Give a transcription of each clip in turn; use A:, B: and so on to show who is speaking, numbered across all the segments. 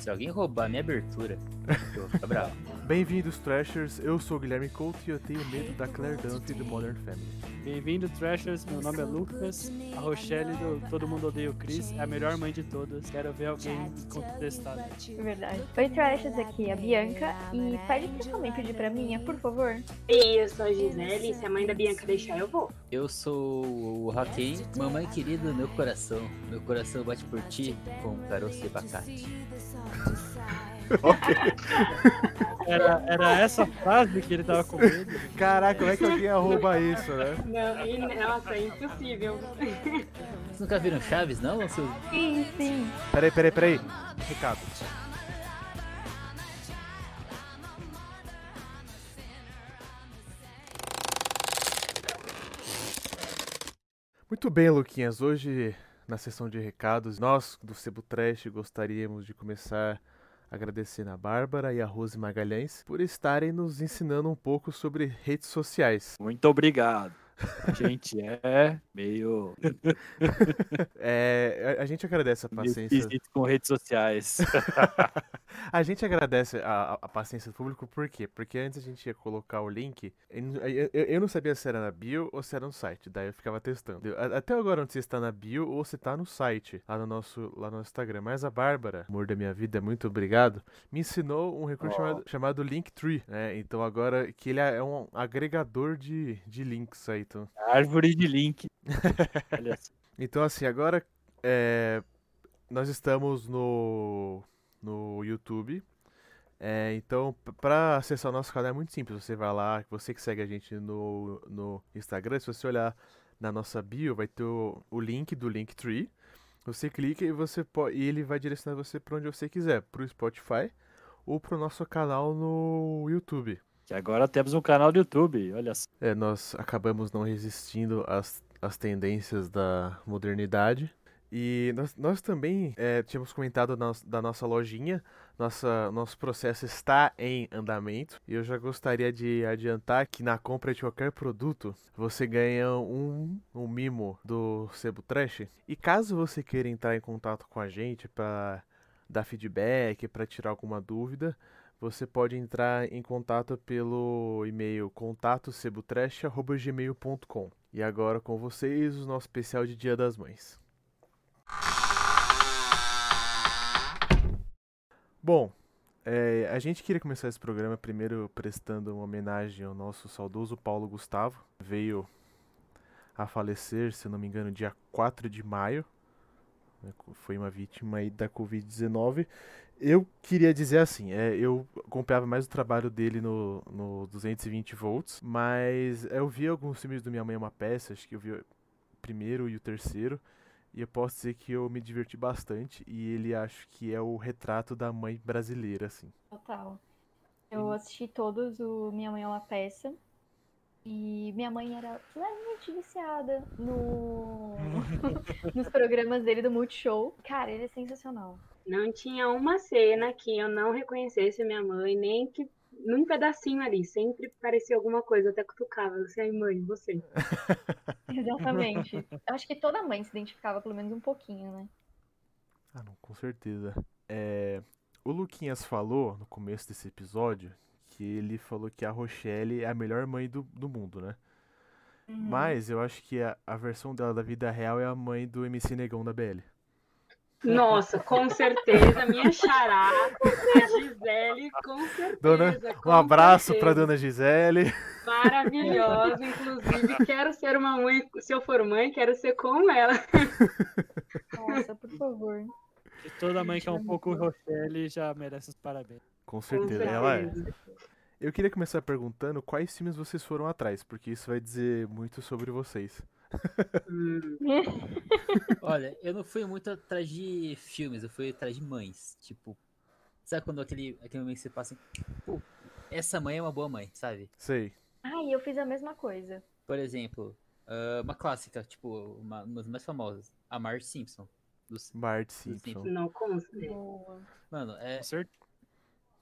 A: Se alguém roubar minha abertura, eu vou ficar bravo.
B: Bem-vindos, Trashers. Eu sou o Guilherme Couto e eu tenho medo da Claire Dunphy do Modern Family.
C: Bem-vindo, Trashers. Meu nome é Lucas. A Rochelle do Todo Mundo Odeia o Chris é a melhor mãe de todas. Quero ver alguém contestar.
D: É Verdade. Oi, Trashers, aqui é a Bianca. E pede principalmente pedir pra minha, por favor.
E: E eu sou a Gisele, e se a mãe da Bianca deixar, eu vou.
A: Eu sou o Hakim, mamãe querida do meu coração. Meu coração bate por ti com um caroço de abacate.
C: Era, era essa frase que ele tava com medo?
B: Caraca, como é que alguém ia roubar isso, né?
E: Não, e, nossa, é impossível.
A: Vocês nunca viram Chaves, não, seus
D: Sim, sim.
B: Peraí, peraí, peraí. Recado. Muito bem, Luquinhas. Hoje, na sessão de recados, nós do Sebo Trash gostaríamos de começar agradecendo a Bárbara e a Rose Magalhães por estarem nos ensinando um pouco sobre redes sociais.
C: Muito obrigado. A gente é meio
B: É, a, a gente agradece a paciência.
C: esquisito com redes sociais.
B: A gente agradece a, a- a paciência do público, por quê? Porque antes a gente ia colocar o link, eu, não- eu- eu- eu não sabia se era na bio ou se era no site, daí eu ficava testando. Eu- a- Até agora, onde você está tá na bio ou se está no site, lá no nosso, lá no nosso Instagram. Mas a Bárbara, amor da minha vida, muito obrigado, me ensinou um recurso
C: Ó.
B: chamado, chamado Linktree, né? Então agora, que ele é um agregador de, de links aí, então
C: Árvore de link. Olha só.
B: então, assim, agora é, nós estamos no, no YouTube. É, então, p- pra acessar o nosso canal é muito simples. Você vai lá, você que segue a gente no, no Instagram, se você olhar na nossa bio, vai ter o, o link do Linktree. Você clica e, você po- e ele vai direcionar você pra onde você quiser, pro Spotify ou pro nosso canal no YouTube.
C: Que agora temos um canal do YouTube. Olha só.
B: É, nós acabamos não resistindo às, às tendências da modernidade. E nós, nós também é, tínhamos comentado na, da nossa lojinha. Nossa, nosso processo está em andamento. E eu já gostaria de adiantar que na compra de qualquer produto você ganha um, um mimo do Sebo Trash. E caso você queira entrar em contato com a gente para dar feedback, para tirar alguma dúvida, você pode entrar em contato pelo e-mail contatosebotrash.gmail.com. E agora com vocês, o nosso especial de Dia das Mães. Bom, é, a gente queria começar esse programa primeiro prestando uma homenagem ao nosso saudoso Paulo Gustavo. Veio a falecer, se eu não me engano, dia 4 de maio. né, Foi uma vítima aí da Covid-19. Eu queria dizer assim, é, eu acompanhava mais o trabalho dele no, no 220 volts, mas eu vi alguns filmes do Minha Mãe é uma Peça, acho que eu vi o primeiro e o terceiro, e eu posso dizer que eu me diverti bastante, e ele acho que é o retrato da mãe brasileira, assim.
D: Total. Eu assisti todos o Minha Mãe é uma Peça. E minha mãe era levemente viciada no... nos programas dele do Multishow. Cara, ele é sensacional.
E: Não tinha uma cena que eu não reconhecesse minha mãe, nem que num pedacinho ali. Sempre parecia alguma coisa, eu até cutucava. Você é mãe, você.
D: Exatamente. Eu acho que toda mãe se identificava pelo menos um pouquinho, né?
B: Ah, não, com certeza. É, o Luquinhas falou no começo desse episódio que ele falou que a Rochelle é a melhor mãe do, do mundo, né? Mas eu acho que a, a versão dela da vida real é a mãe do MC Negão da BL.
E: Nossa, com certeza, minha xará, a Gisele, com certeza.
B: Dona-
E: com
B: Um abraço pra
E: certeza.
B: dona Gisele.
E: Maravilhosa, inclusive. Quero ser uma mãe, se eu for mãe, quero ser como ela.
D: Nossa, por favor.
C: E toda mãe que é um pouco Rochelle já merece os parabéns.
B: Com certeza, ela é. Eu queria começar perguntando quais filmes vocês foram atrás, porque isso vai dizer muito sobre vocês.
E: Hum,
A: Olha, eu não fui muito atrás de filmes, eu fui atrás de mães. Tipo, sabe quando aquele, aquele momento que você passa assim, pô, essa mãe é uma boa mãe, sabe?
B: Sei.
D: Ai, eu fiz a mesma coisa.
A: Por exemplo, ah, uma clássica, tipo, uma, uma das mais famosas, a Marge Simpson. dos-
B: Bart Simpson.
E: não consta.
D: Boa.
A: Mano, é,
C: Com certeza.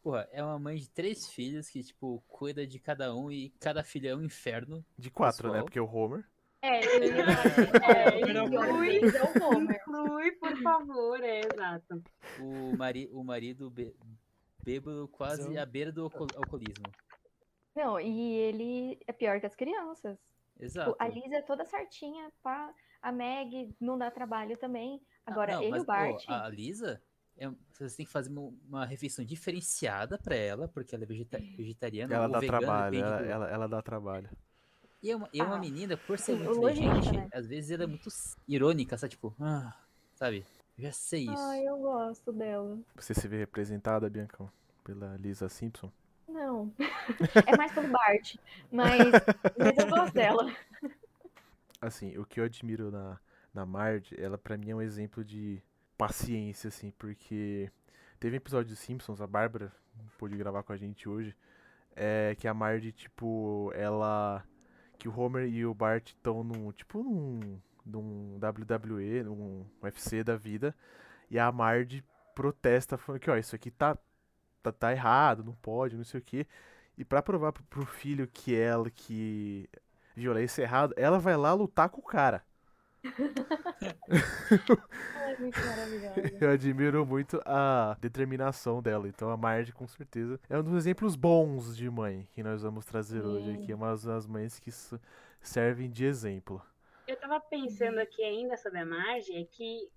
A: porra, é uma mãe de três filhos que, tipo, cuida de cada um e cada filho é um inferno.
B: De quatro, né?
A: Pessoal.
B: Porque o Homer.
D: É, eu ia falar,
E: É,
D: é,
E: inclui,
D: é o Homer.
E: inclui, por favor, é exato.
A: O, mari, o marido bê, bêbado quase
C: Zão.
A: à beira do alco- alcoolismo.
D: Não, e ele é pior que as crianças.
A: Exato.
D: A Lisa é toda certinha, pá. A Meg não dá trabalho também. Agora,
A: Ah, Não,
D: ele e
A: mas,
D: o Bart.
A: pô, a Lisa, é, você tem que fazer uma, uma refeição diferenciada pra ela, porque ela é vegeta- vegetariana é
B: Ela
A: ou
B: dá
A: vegana,
B: trabalho,
A: depende
B: ela,
A: do-
B: ela, ela dá trabalho.
A: E é uma, e é uma
D: Ah,
A: menina, por ser
D: sim,
A: muito
D: lógico,
A: inteligente,
D: né?
A: às vezes ela é muito s- irônica, sabe? Tipo, ah, sabe? Eu já sei isso.
D: Ai, eu gosto dela.
B: Você se vê representada, Biancão, pela Lisa Simpson?
D: Não. É mais pelo Bart. Mas, mas eu gosto dela.
B: Assim, o que eu admiro na, na Marge, ela pra mim é um exemplo de paciência, assim, porque teve um episódio de Simpsons, a Bárbara pôde gravar com a gente hoje, é que a Marge, tipo, ela. Que o Homer e o Bart estão num. Tipo, num. Num WWE, num UFC da vida, e a Marge protesta, falando que, ó, isso aqui tá, tá, tá errado, não pode, não sei o quê. E pra provar pro, pro filho que ela, que violência é errado, ela vai lá lutar com o cara.
D: Ela é muito maravilhosa.
B: Eu admiro muito a determinação dela. Então a Marge, com certeza, é um dos exemplos bons de mãe que nós vamos trazer hoje aqui. É uma das mães que s- servem de exemplo.
E: Eu tava pensando
D: Uhum.
E: aqui ainda sobre a Marge, é que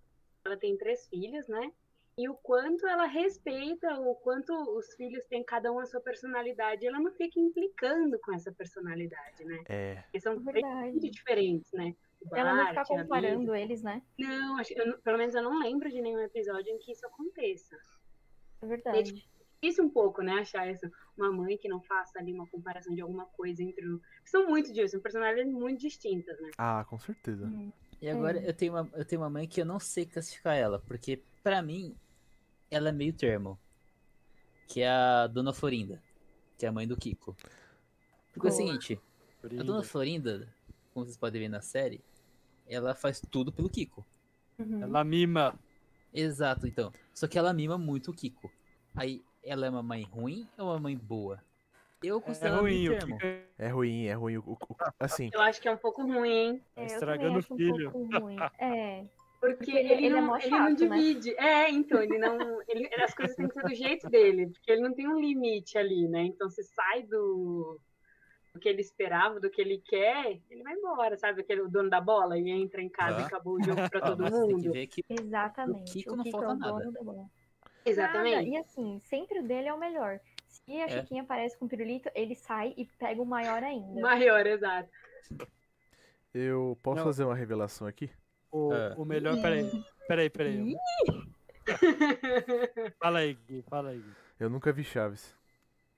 E: ela tem três filhos, né? E o quanto ela respeita, o quanto os filhos têm cada um a sua personalidade, ela não fica implicando com essa personalidade, né?
B: É.
E: Porque são três muito
D: Verdade.
E: diferentes, né? O
D: Uhum. Ela não
E: Bart,
D: ficar
E: a Lisa.
D: comparando eles, né?
E: Não, acho- eu não- pelo menos eu não lembro de nenhum episódio em que isso aconteça.
D: É verdade.
E: Difícil um pouco, né, achar isso. Uma mãe que não faça ali uma comparação de alguma coisa entre... o- São muito diferentes, são personalidades muito distintas, né?
B: Ah, com certeza.
D: Hum. Uhum.
A: E agora eu, tenho uma, eu tenho uma mãe que eu não sei classificar ela, porque pra mim ela é meio termo. Que é a Dona Florinda, que é a mãe do Kiko. Porque é o
D: Boa.
A: seguinte, a Dona Florinda, como vocês podem ver na série, ela faz tudo pelo Kiko.
D: Uhum.
C: Ela tá mima.
A: Exato, então. Só que ela mima muito o Kiko. Aí, ela é uma mãe ruim ou uma mãe boa? Eu
C: É
A: considero ela
C: ruim,
A: meio
C: o
A: termo.
C: Kiko é
B: É ruim, é ruim. O- o- o- assim,
E: Eu acho que é um pouco ruim, hein?
D: É, eu
C: estragando
D: também
C: o
D: acho um
C: filho.
D: pouco ruim. É.
E: Porque, ele,
D: ele é
E: não,
D: mó
E: ele não
D: chato, né?
E: divide. É, então, ele não. Ele, as coisas têm que ser do jeito dele, porque ele não tem um limite ali, né? Então se sai do, do que ele esperava, do que ele quer, ele vai embora, sabe? Aquele o dono da bola e entra em casa e
A: Ah.
E: acabou o jogo pra
C: é
A: Ah,
E: todo
A: mas você tem que
E: mundo.
A: ver que
D: Exatamente.
A: O Kiko
D: o
A: não
D: Kiko
A: falta
D: é o dono
A: nada.
D: da bola. Nada.
E: Exatamente.
D: E assim, sempre o dele é o melhor. Se a
A: É.
D: Chiquinha aparece com o pirulito, ele sai e pega o maior ainda.
E: Maior, exato.
B: eu posso
C: Não.
B: fazer uma revelação aqui?
C: O,
A: É.
C: o melhor. Peraí, peraí, peraí. Fala aí, Gui, fala aí. Gui.
B: Eu nunca vi Chaves.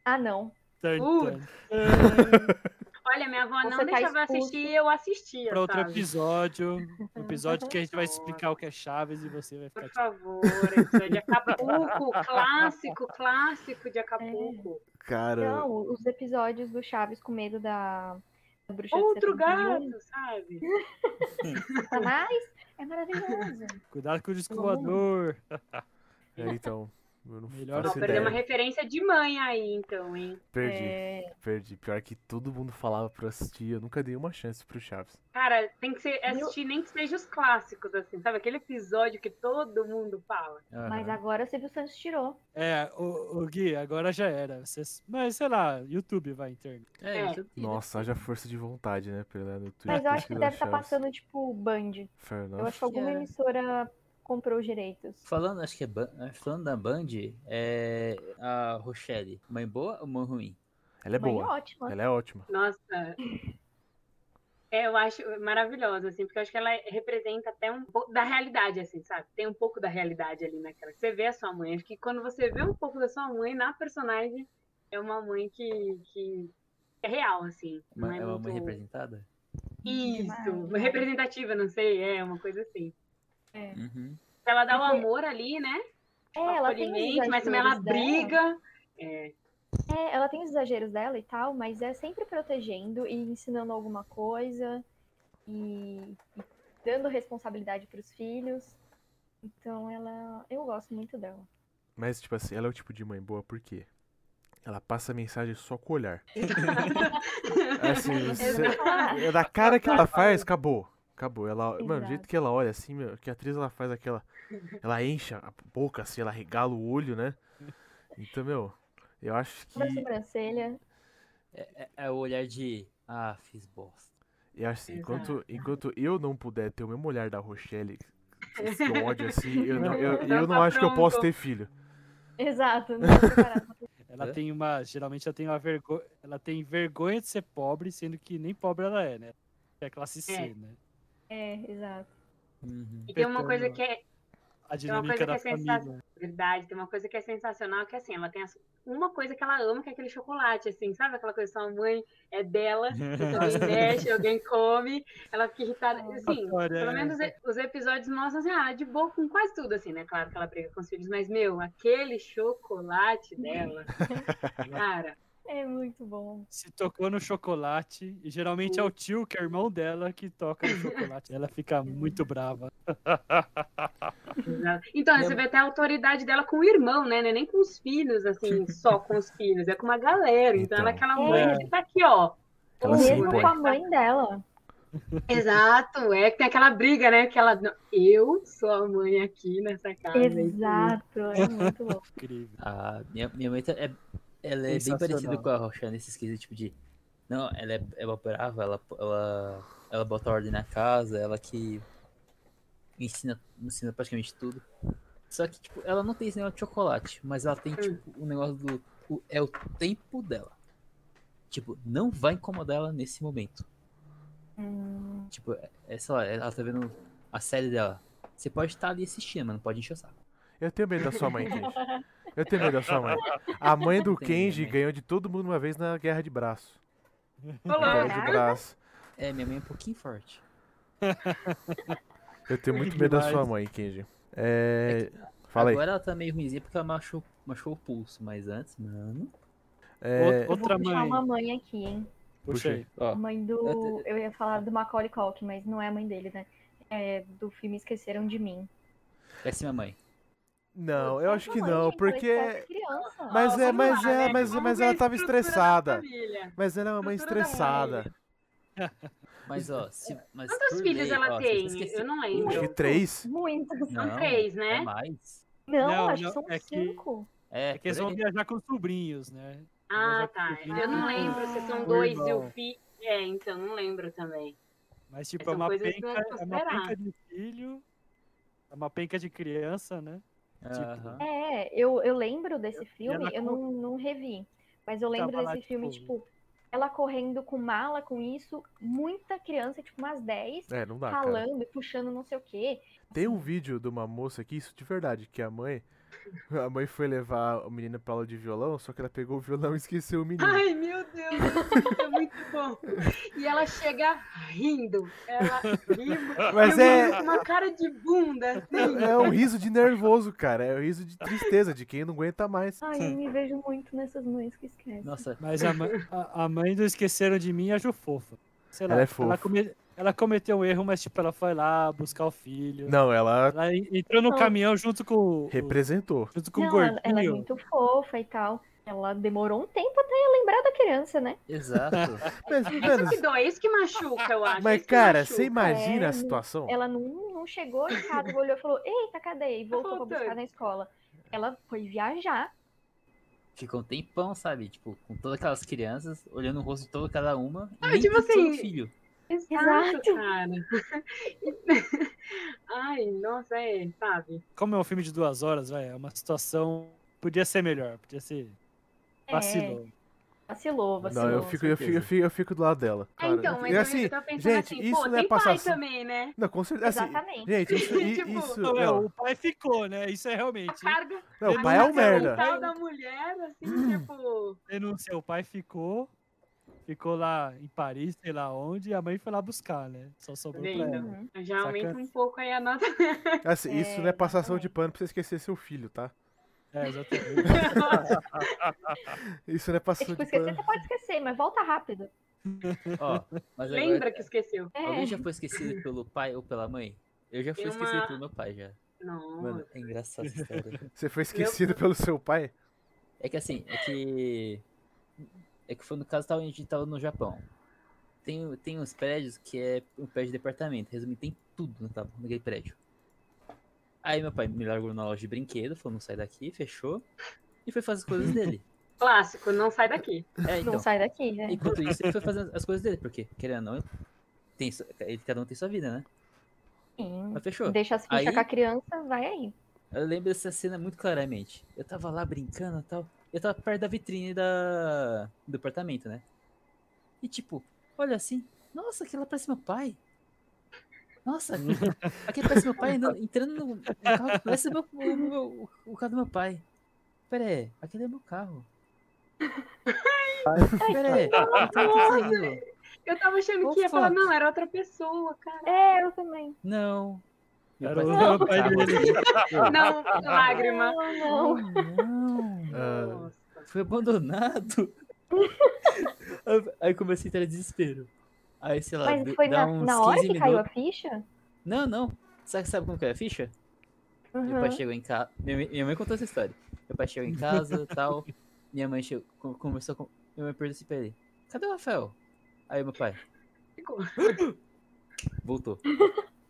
D: Ah, não.
C: Tan,
E: Putz.
C: tan.
E: Olha, minha avó não
D: Você tá
E: deixava eu
D: expulso.
E: assistir eu assistia.
C: Pra outro
E: sabe?
C: episódio. Um episódio que a gente vai
E: Nossa.
C: explicar o que é Chaves e você vai ficar
E: Por
C: tipo.
E: favor, episódio de Acapulco, clássico, clássico de Acapulco.
B: Cara,
D: Não, os episódios do Chaves com medo da, da bruxa de
E: Outro
D: 71,
E: gato, sabe?
D: Satanás, é maravilhoso.
C: tipo, Cuidado com o
D: Pelo amor de
C: descobridor.
B: é, então. Eu não
C: Melhor
E: Ó,
B: faço
E: perdeu uma
B: ideia.
E: referência de mãe aí, então, hein?
B: Perdi,
D: É,
B: perdi. Pior que todo mundo falava pra eu assistir. Eu nunca dei uma chance pro Chaves.
E: Cara, tem que ser, assistir nem que seja os clássicos, assim, sabe? Aquele episódio que todo mundo fala.
D: mas agora o Silvio Santos tirou.
C: É, o, o Gui, agora já era. Vocês- mas sei lá, YouTube vai interno.
A: É,
E: É.
A: isso-
B: Nossa, haja força de vontade, né? Pela no Twitter.
D: Mas eu acho que
B: pesquisar
D: deve estar
B: é Chaves.
D: passando, tipo, Band.
B: Fair
D: Eu
B: enough.
D: acho que alguma
A: É.
D: emissora comprou os direitos.
A: Falando, acho que é Ban- eh, falando da Band, é a Rochelle, mãe boa ou mãe ruim?
B: Ela é
D: Mãe
B: boa.
D: ótima.
B: Ela é ótima.
E: Nossa. É, eu acho maravilhosa, assim, porque eu acho que ela representa até um pouco da realidade, assim, sabe? Tem um pouco da realidade ali naquela. Você vê a sua mãe, acho que quando você vê um pouco da sua mãe na personagem, é uma mãe que, que é real, assim. Não
A: Ma- é uma mãe
E: muito-
A: representada?
E: Isso,
D: Demais.
E: representativa, não sei, é uma coisa assim.
A: Uhum.
E: Ela dá o
D: Porque-
E: amor ali, né?
D: É, ela tem os
E: acolhimento, mas também ela
D: exageros dela.
E: briga.
D: É, ela tem os exageros dela e tal, mas é sempre protegendo e ensinando alguma coisa e, e dando responsabilidade pros filhos. Então ela, eu gosto muito dela.
B: Mas, tipo assim, ela é o tipo de mãe boa por quê? Ela passa mensagem só com o olhar. assim, você-
D: Ah,
B: é da cara que ela faz, acabou. Acabou. Ela, mano, o
D: Exato.
B: jeito que ela olha assim, meu, que a atriz ela faz aquela. Ela enche a boca, assim, ela regala o olho, né? Então, meu, eu acho
D: Pra
B: que.
D: sobrancelha.
A: É, é o olhar de. Ah, fiz bosta.
B: Eu acho assim, enquanto,
E: Exato.
B: enquanto eu não puder ter o mesmo olhar da Rochelle, esse
C: é
B: ódio assim, eu não, eu,
E: Não
B: eu não
E: tá
B: acho que eu posso
E: pronto.
B: ter filho.
D: Exato, não tô preparada.
C: Ela
A: Hã?
C: tem uma. Geralmente ela tem uma vergonha. Ela tem vergonha de ser pobre, sendo que nem pobre ela é, né? É classe C,
E: É.
C: né?
D: É, exato.
A: Uhum.
E: E tem uma coisa
C: Petando.
E: que é
C: A
E: uma
C: dinâmica
E: coisa
C: da
E: que é sensa-
C: família.
E: verdade, tem uma coisa que é sensacional, que assim, ela tem as- uma coisa que ela ama, que é aquele chocolate, assim, sabe? Aquela coisa que sua mãe é dela, se alguém mexe, alguém come, ela fica irritada.
D: Ah, tá.
E: Assim,
C: Olha,
E: Pelo
C: é.
E: menos e- os episódios mostram assim, ah, de boa com quase tudo, assim, né? Claro que ela briga com os filhos, mas, meu, aquele chocolate dela, cara,
D: É muito bom.
C: se tocou no chocolate, e geralmente é o tio, que é irmão dela, que toca no chocolate. Ela fica muito brava.
E: exato. Então, você vê até a autoridade dela com o irmão, né? Não é nem com os filhos, assim, só com os filhos, é com uma galera. Então, ela é aquela
D: Então.
E: mãe que tá aqui, ó.
B: Ela
D: o
B: se
D: mesmo
B: impõe.
D: com a mãe dela.
E: Exato, é que tem aquela briga, né? Que ela. não, Eu sou a mãe aqui nessa casa.
D: Exato, é muito bom.
C: Incrível.
A: Ah, minha, minha mãe tá- é, ela é bem
C: Sensacional.
A: parecida com a Rocha nesse esquisito, tipo de. Não, ela é, ela é brava, ela, ela, ela bota ordem na casa, ela que ensina, ensina praticamente tudo. Só que, tipo, ela não tem esse negócio de chocolate, mas ela tem, tipo, o negócio do. o- é o tempo dela. Tipo, não vai incomodar ela nesse momento. Tipo, é- é, sei lá, ela tá vendo a série dela. Você pode estar ali assistindo, mas não pode encher o saco.
B: Eu tenho medo da sua mãe, Kenji. Eu tenho medo da sua mãe. A mãe do
A: Tem,
B: Kenji
A: né?
B: ganhou de todo mundo uma vez na guerra de braço. Na
E: Olá.
B: guerra de braço.
A: É, minha mãe é um pouquinho forte.
B: Eu tenho muito medo da
C: Demais.
B: sua mãe, Kenji. É. Fala aí.
A: Agora ela tá meio ruimzinha porque ela machucou, machucou o pulso, mas antes, mano.
B: É,
C: Out- Outra
D: Vou puxar
C: mãe.
D: uma mãe aqui, hein?
C: Puxa aí.
A: Ó,
D: Mãe do. Eu ia falar do Macaulay Culkin, mas não é a mãe dele, né? É do filme Esqueceram de Mim.
A: péssima mãe.
B: não, eu acho que não,
D: Ela
B: porque.
D: criança.
B: Mas
E: Ó,
B: é,
E: vamos
B: mas
E: lá,
B: é,
E: né?
B: mas,
E: Vamos
B: mas
E: ver a
B: ela tava
E: estrutura da
B: estressada.
E: família.
B: Mas ela é uma mãe
E: Estrutura da família.
B: estressada.
A: Mas ó, se. Mas
E: Quantos
A: por
E: filhos
A: lei,
E: ela
A: ó, se
E: tem?
A: você esquecer-
E: Eu não
B: Acho que
E: lembro.
B: três.
D: Muitos.
E: São
A: Não,
E: três,
A: É
E: né?
A: mais.
D: Não,
C: Não,
D: acho
C: não,
D: que são
C: é que-
D: cinco.
A: É,
C: É que eles
A: por
C: vão
A: aí.
C: viajar com os sobrinhos, né?
E: Ah,
B: é
C: já
E: tá.
C: vi.
E: Eu não
D: Ah,
E: lembro se são
D: meu
E: dois e o
C: irmão.
E: fi. É, então, não lembro também.
C: Mas, tipo, é
E: São
C: uma,
E: coisas que
C: penca,
E: não é de
C: é uma
E: considerar.
C: penca de filho, é uma penca de criança, né?
A: Aham.
D: É, eu, eu lembro desse filme,
C: ela
D: eu não, não revi. Mas eu lembro
C: Tava lá,
D: desse filme,
C: tipo-
D: tipo, ela correndo com mala, com isso, muita criança, tipo, umas 10,
B: É, não dá, cara.
D: falando e puxando não sei o quê.
B: Tem um vídeo de uma moça aqui, isso de verdade, que a mãe. A mãe foi levar o menino pra aula de violão, só que ela pegou o violão e esqueceu o menino.
E: Ai, meu Deus, é muito bom. E ela chega rindo. Ela ri,
B: Mas
E: e o
B: é-
E: menino com uma cara de bunda, assim.
B: É um riso de nervoso, cara. É um riso de tristeza, de quem não aguenta mais.
D: Ai, eu me vejo muito nessas mães que esquecem.
A: Nossa,
C: Mas a, mãe- a- a mãe do Esqueceram de Mim é a Ju fofa. Sei lá,
B: Ela é fofa.
C: come- ela cometeu um erro, mas, tipo, ela foi lá buscar o filho.
B: Não, ela
C: Ela en- entrou no
D: Não.
C: caminhão junto com o,
B: representou.
C: junto com o
D: não, ela, ela é
C: gordinho.
D: muito fofa e tal. Ela demorou um tempo até eu lembrar da criança, né?
A: exato.
B: Mas,
E: Isso
B: mano,
E: que dói, é isso que machuca, eu acho. é
B: mas
E: isso que
B: cara,
E: machuca.
B: você imagina a
D: É,
B: situação?
D: Ela não, não chegou em casa, olhou e falou, eita, cadê? E voltou pra
E: Tá voltando.
D: buscar na escola. Ela foi viajar.
A: Ficou um tempão, sabe? Tipo, com todas aquelas crianças, olhando o rosto de toda cada uma.
E: Ah,
A: nem
E: tipo
A: tudo sobre o
E: assim,
A: filho.
E: Exato, cara. Ai, nossa, é, sabe?
C: Como é um filme de duas horas, vai, é uma situação... Podia ser melhor, podia ser...
D: É,
C: Vacilou.
D: vacilou, vacilou.
B: Não, eu fico, eu, fico, eu, fico, eu fico do lado dela.
E: É, então,
B: cara.
E: mas
B: E
E: eu-
B: assim,
E: eu tô pensando
B: gente,
E: assim,
B: isso
E: pô,
B: não é
E: tem pai
B: passação.
E: também, né?
B: Não, com certeza. assim,
D: Exatamente.
B: gente, isso. i-
E: Tipo,
B: isso
C: Não, é,
B: não,
C: o pai ficou, né? Isso é
E: A
C: realmente... hein?
E: carga
B: não, o
C: a
B: pai é um
C: educação,
B: merda.
C: tá?
E: mental da mulher, assim, tipo...
C: Denunciou, o pai ficou... Ficou lá em Paris, sei lá onde, e a mãe foi lá buscar, né? Só sobrou pra
E: Vendo.
C: ela.
D: Uhum.
E: Já aumenta um pouco aí a nota.
B: Assim, isso não é
D: É,
B: passação de pano pra você esquecer seu filho, tá?
C: É, já
B: Isso não é
D: É
B: passação
D: tipo,
B: de
D: esquecer
B: pano.
D: você pode esquecer, mas volta rápido.
A: Ó, mas
E: Lembra
A: agora,
E: que esqueceu.
D: É.
A: alguém já foi esquecido pelo pai ou pela mãe? Eu já fui
E: Tem
A: esquecido
E: uma-
A: pelo meu pai já.
E: Não,
A: Mano, é engraçado essa história.
B: Você foi esquecido pelo seu pai?
A: É que assim, é que. É que foi no caso tava, a gente tava no Japão. tem, tem uns prédios que é um prédio de departamento. Resumindo, tem tudo tá, naquele prédio. Aí meu pai me largou na loja de brinquedo, falou, não sai daqui, fechou. E foi fazer as coisas dele.
E: Clássico, não sai daqui.
A: É, então,
D: Não sai daqui, né?
A: enquanto isso, ele foi fazendo as coisas dele, porque, querendo ou não, tem, su- ele, cada um tem sua vida, né?
D: Sim.
A: Mas fechou.
D: Deixa as fichas
A: Aí-
D: com a criança, vai aí.
A: Eu lembro dessa cena muito claramente. Eu tava lá brincando e tal. Eu tava perto da vitrine da... do apartamento, né? E tipo, olha assim. Nossa, aquilo lá parece meu pai. Nossa, aqui parece meu pai andando- entrando no, no carro. Parece meu- o, meu- o carro do meu pai. Pera aí, aquele é meu carro. Pera aí, então tá saindo.
E: Eu tava achando que ia falar, não, era outra pessoa, cara.
D: É, eu também.
A: Não. Meu
C: Era
A: pai
C: o
A: tá no
C: meu pai
A: carro.
C: dele.
E: Não, lágrima.
D: Não, não.
A: Não.
B: Ah,
A: Foi abandonado. aí comecei a entrar em desespero. Aí, sei lá,
D: Mas
A: d-
D: foi
A: dá
D: na,
A: uns
D: na hora
A: 15
D: que caiu a
A: minutos.
D: ficha?
A: Não, não. Sabe, sabe como que é a ficha? Meu pai
D: Uhum.
A: chegou em casa. Minha, mãe- minha mãe contou essa história. Meu pai chegou em casa tal. Minha mãe chegou, con- conversou com. Minha mãe perguntou assim pra ele: Cadê o Rafael? Aí meu pai.
E: Ficou.
A: Voltou.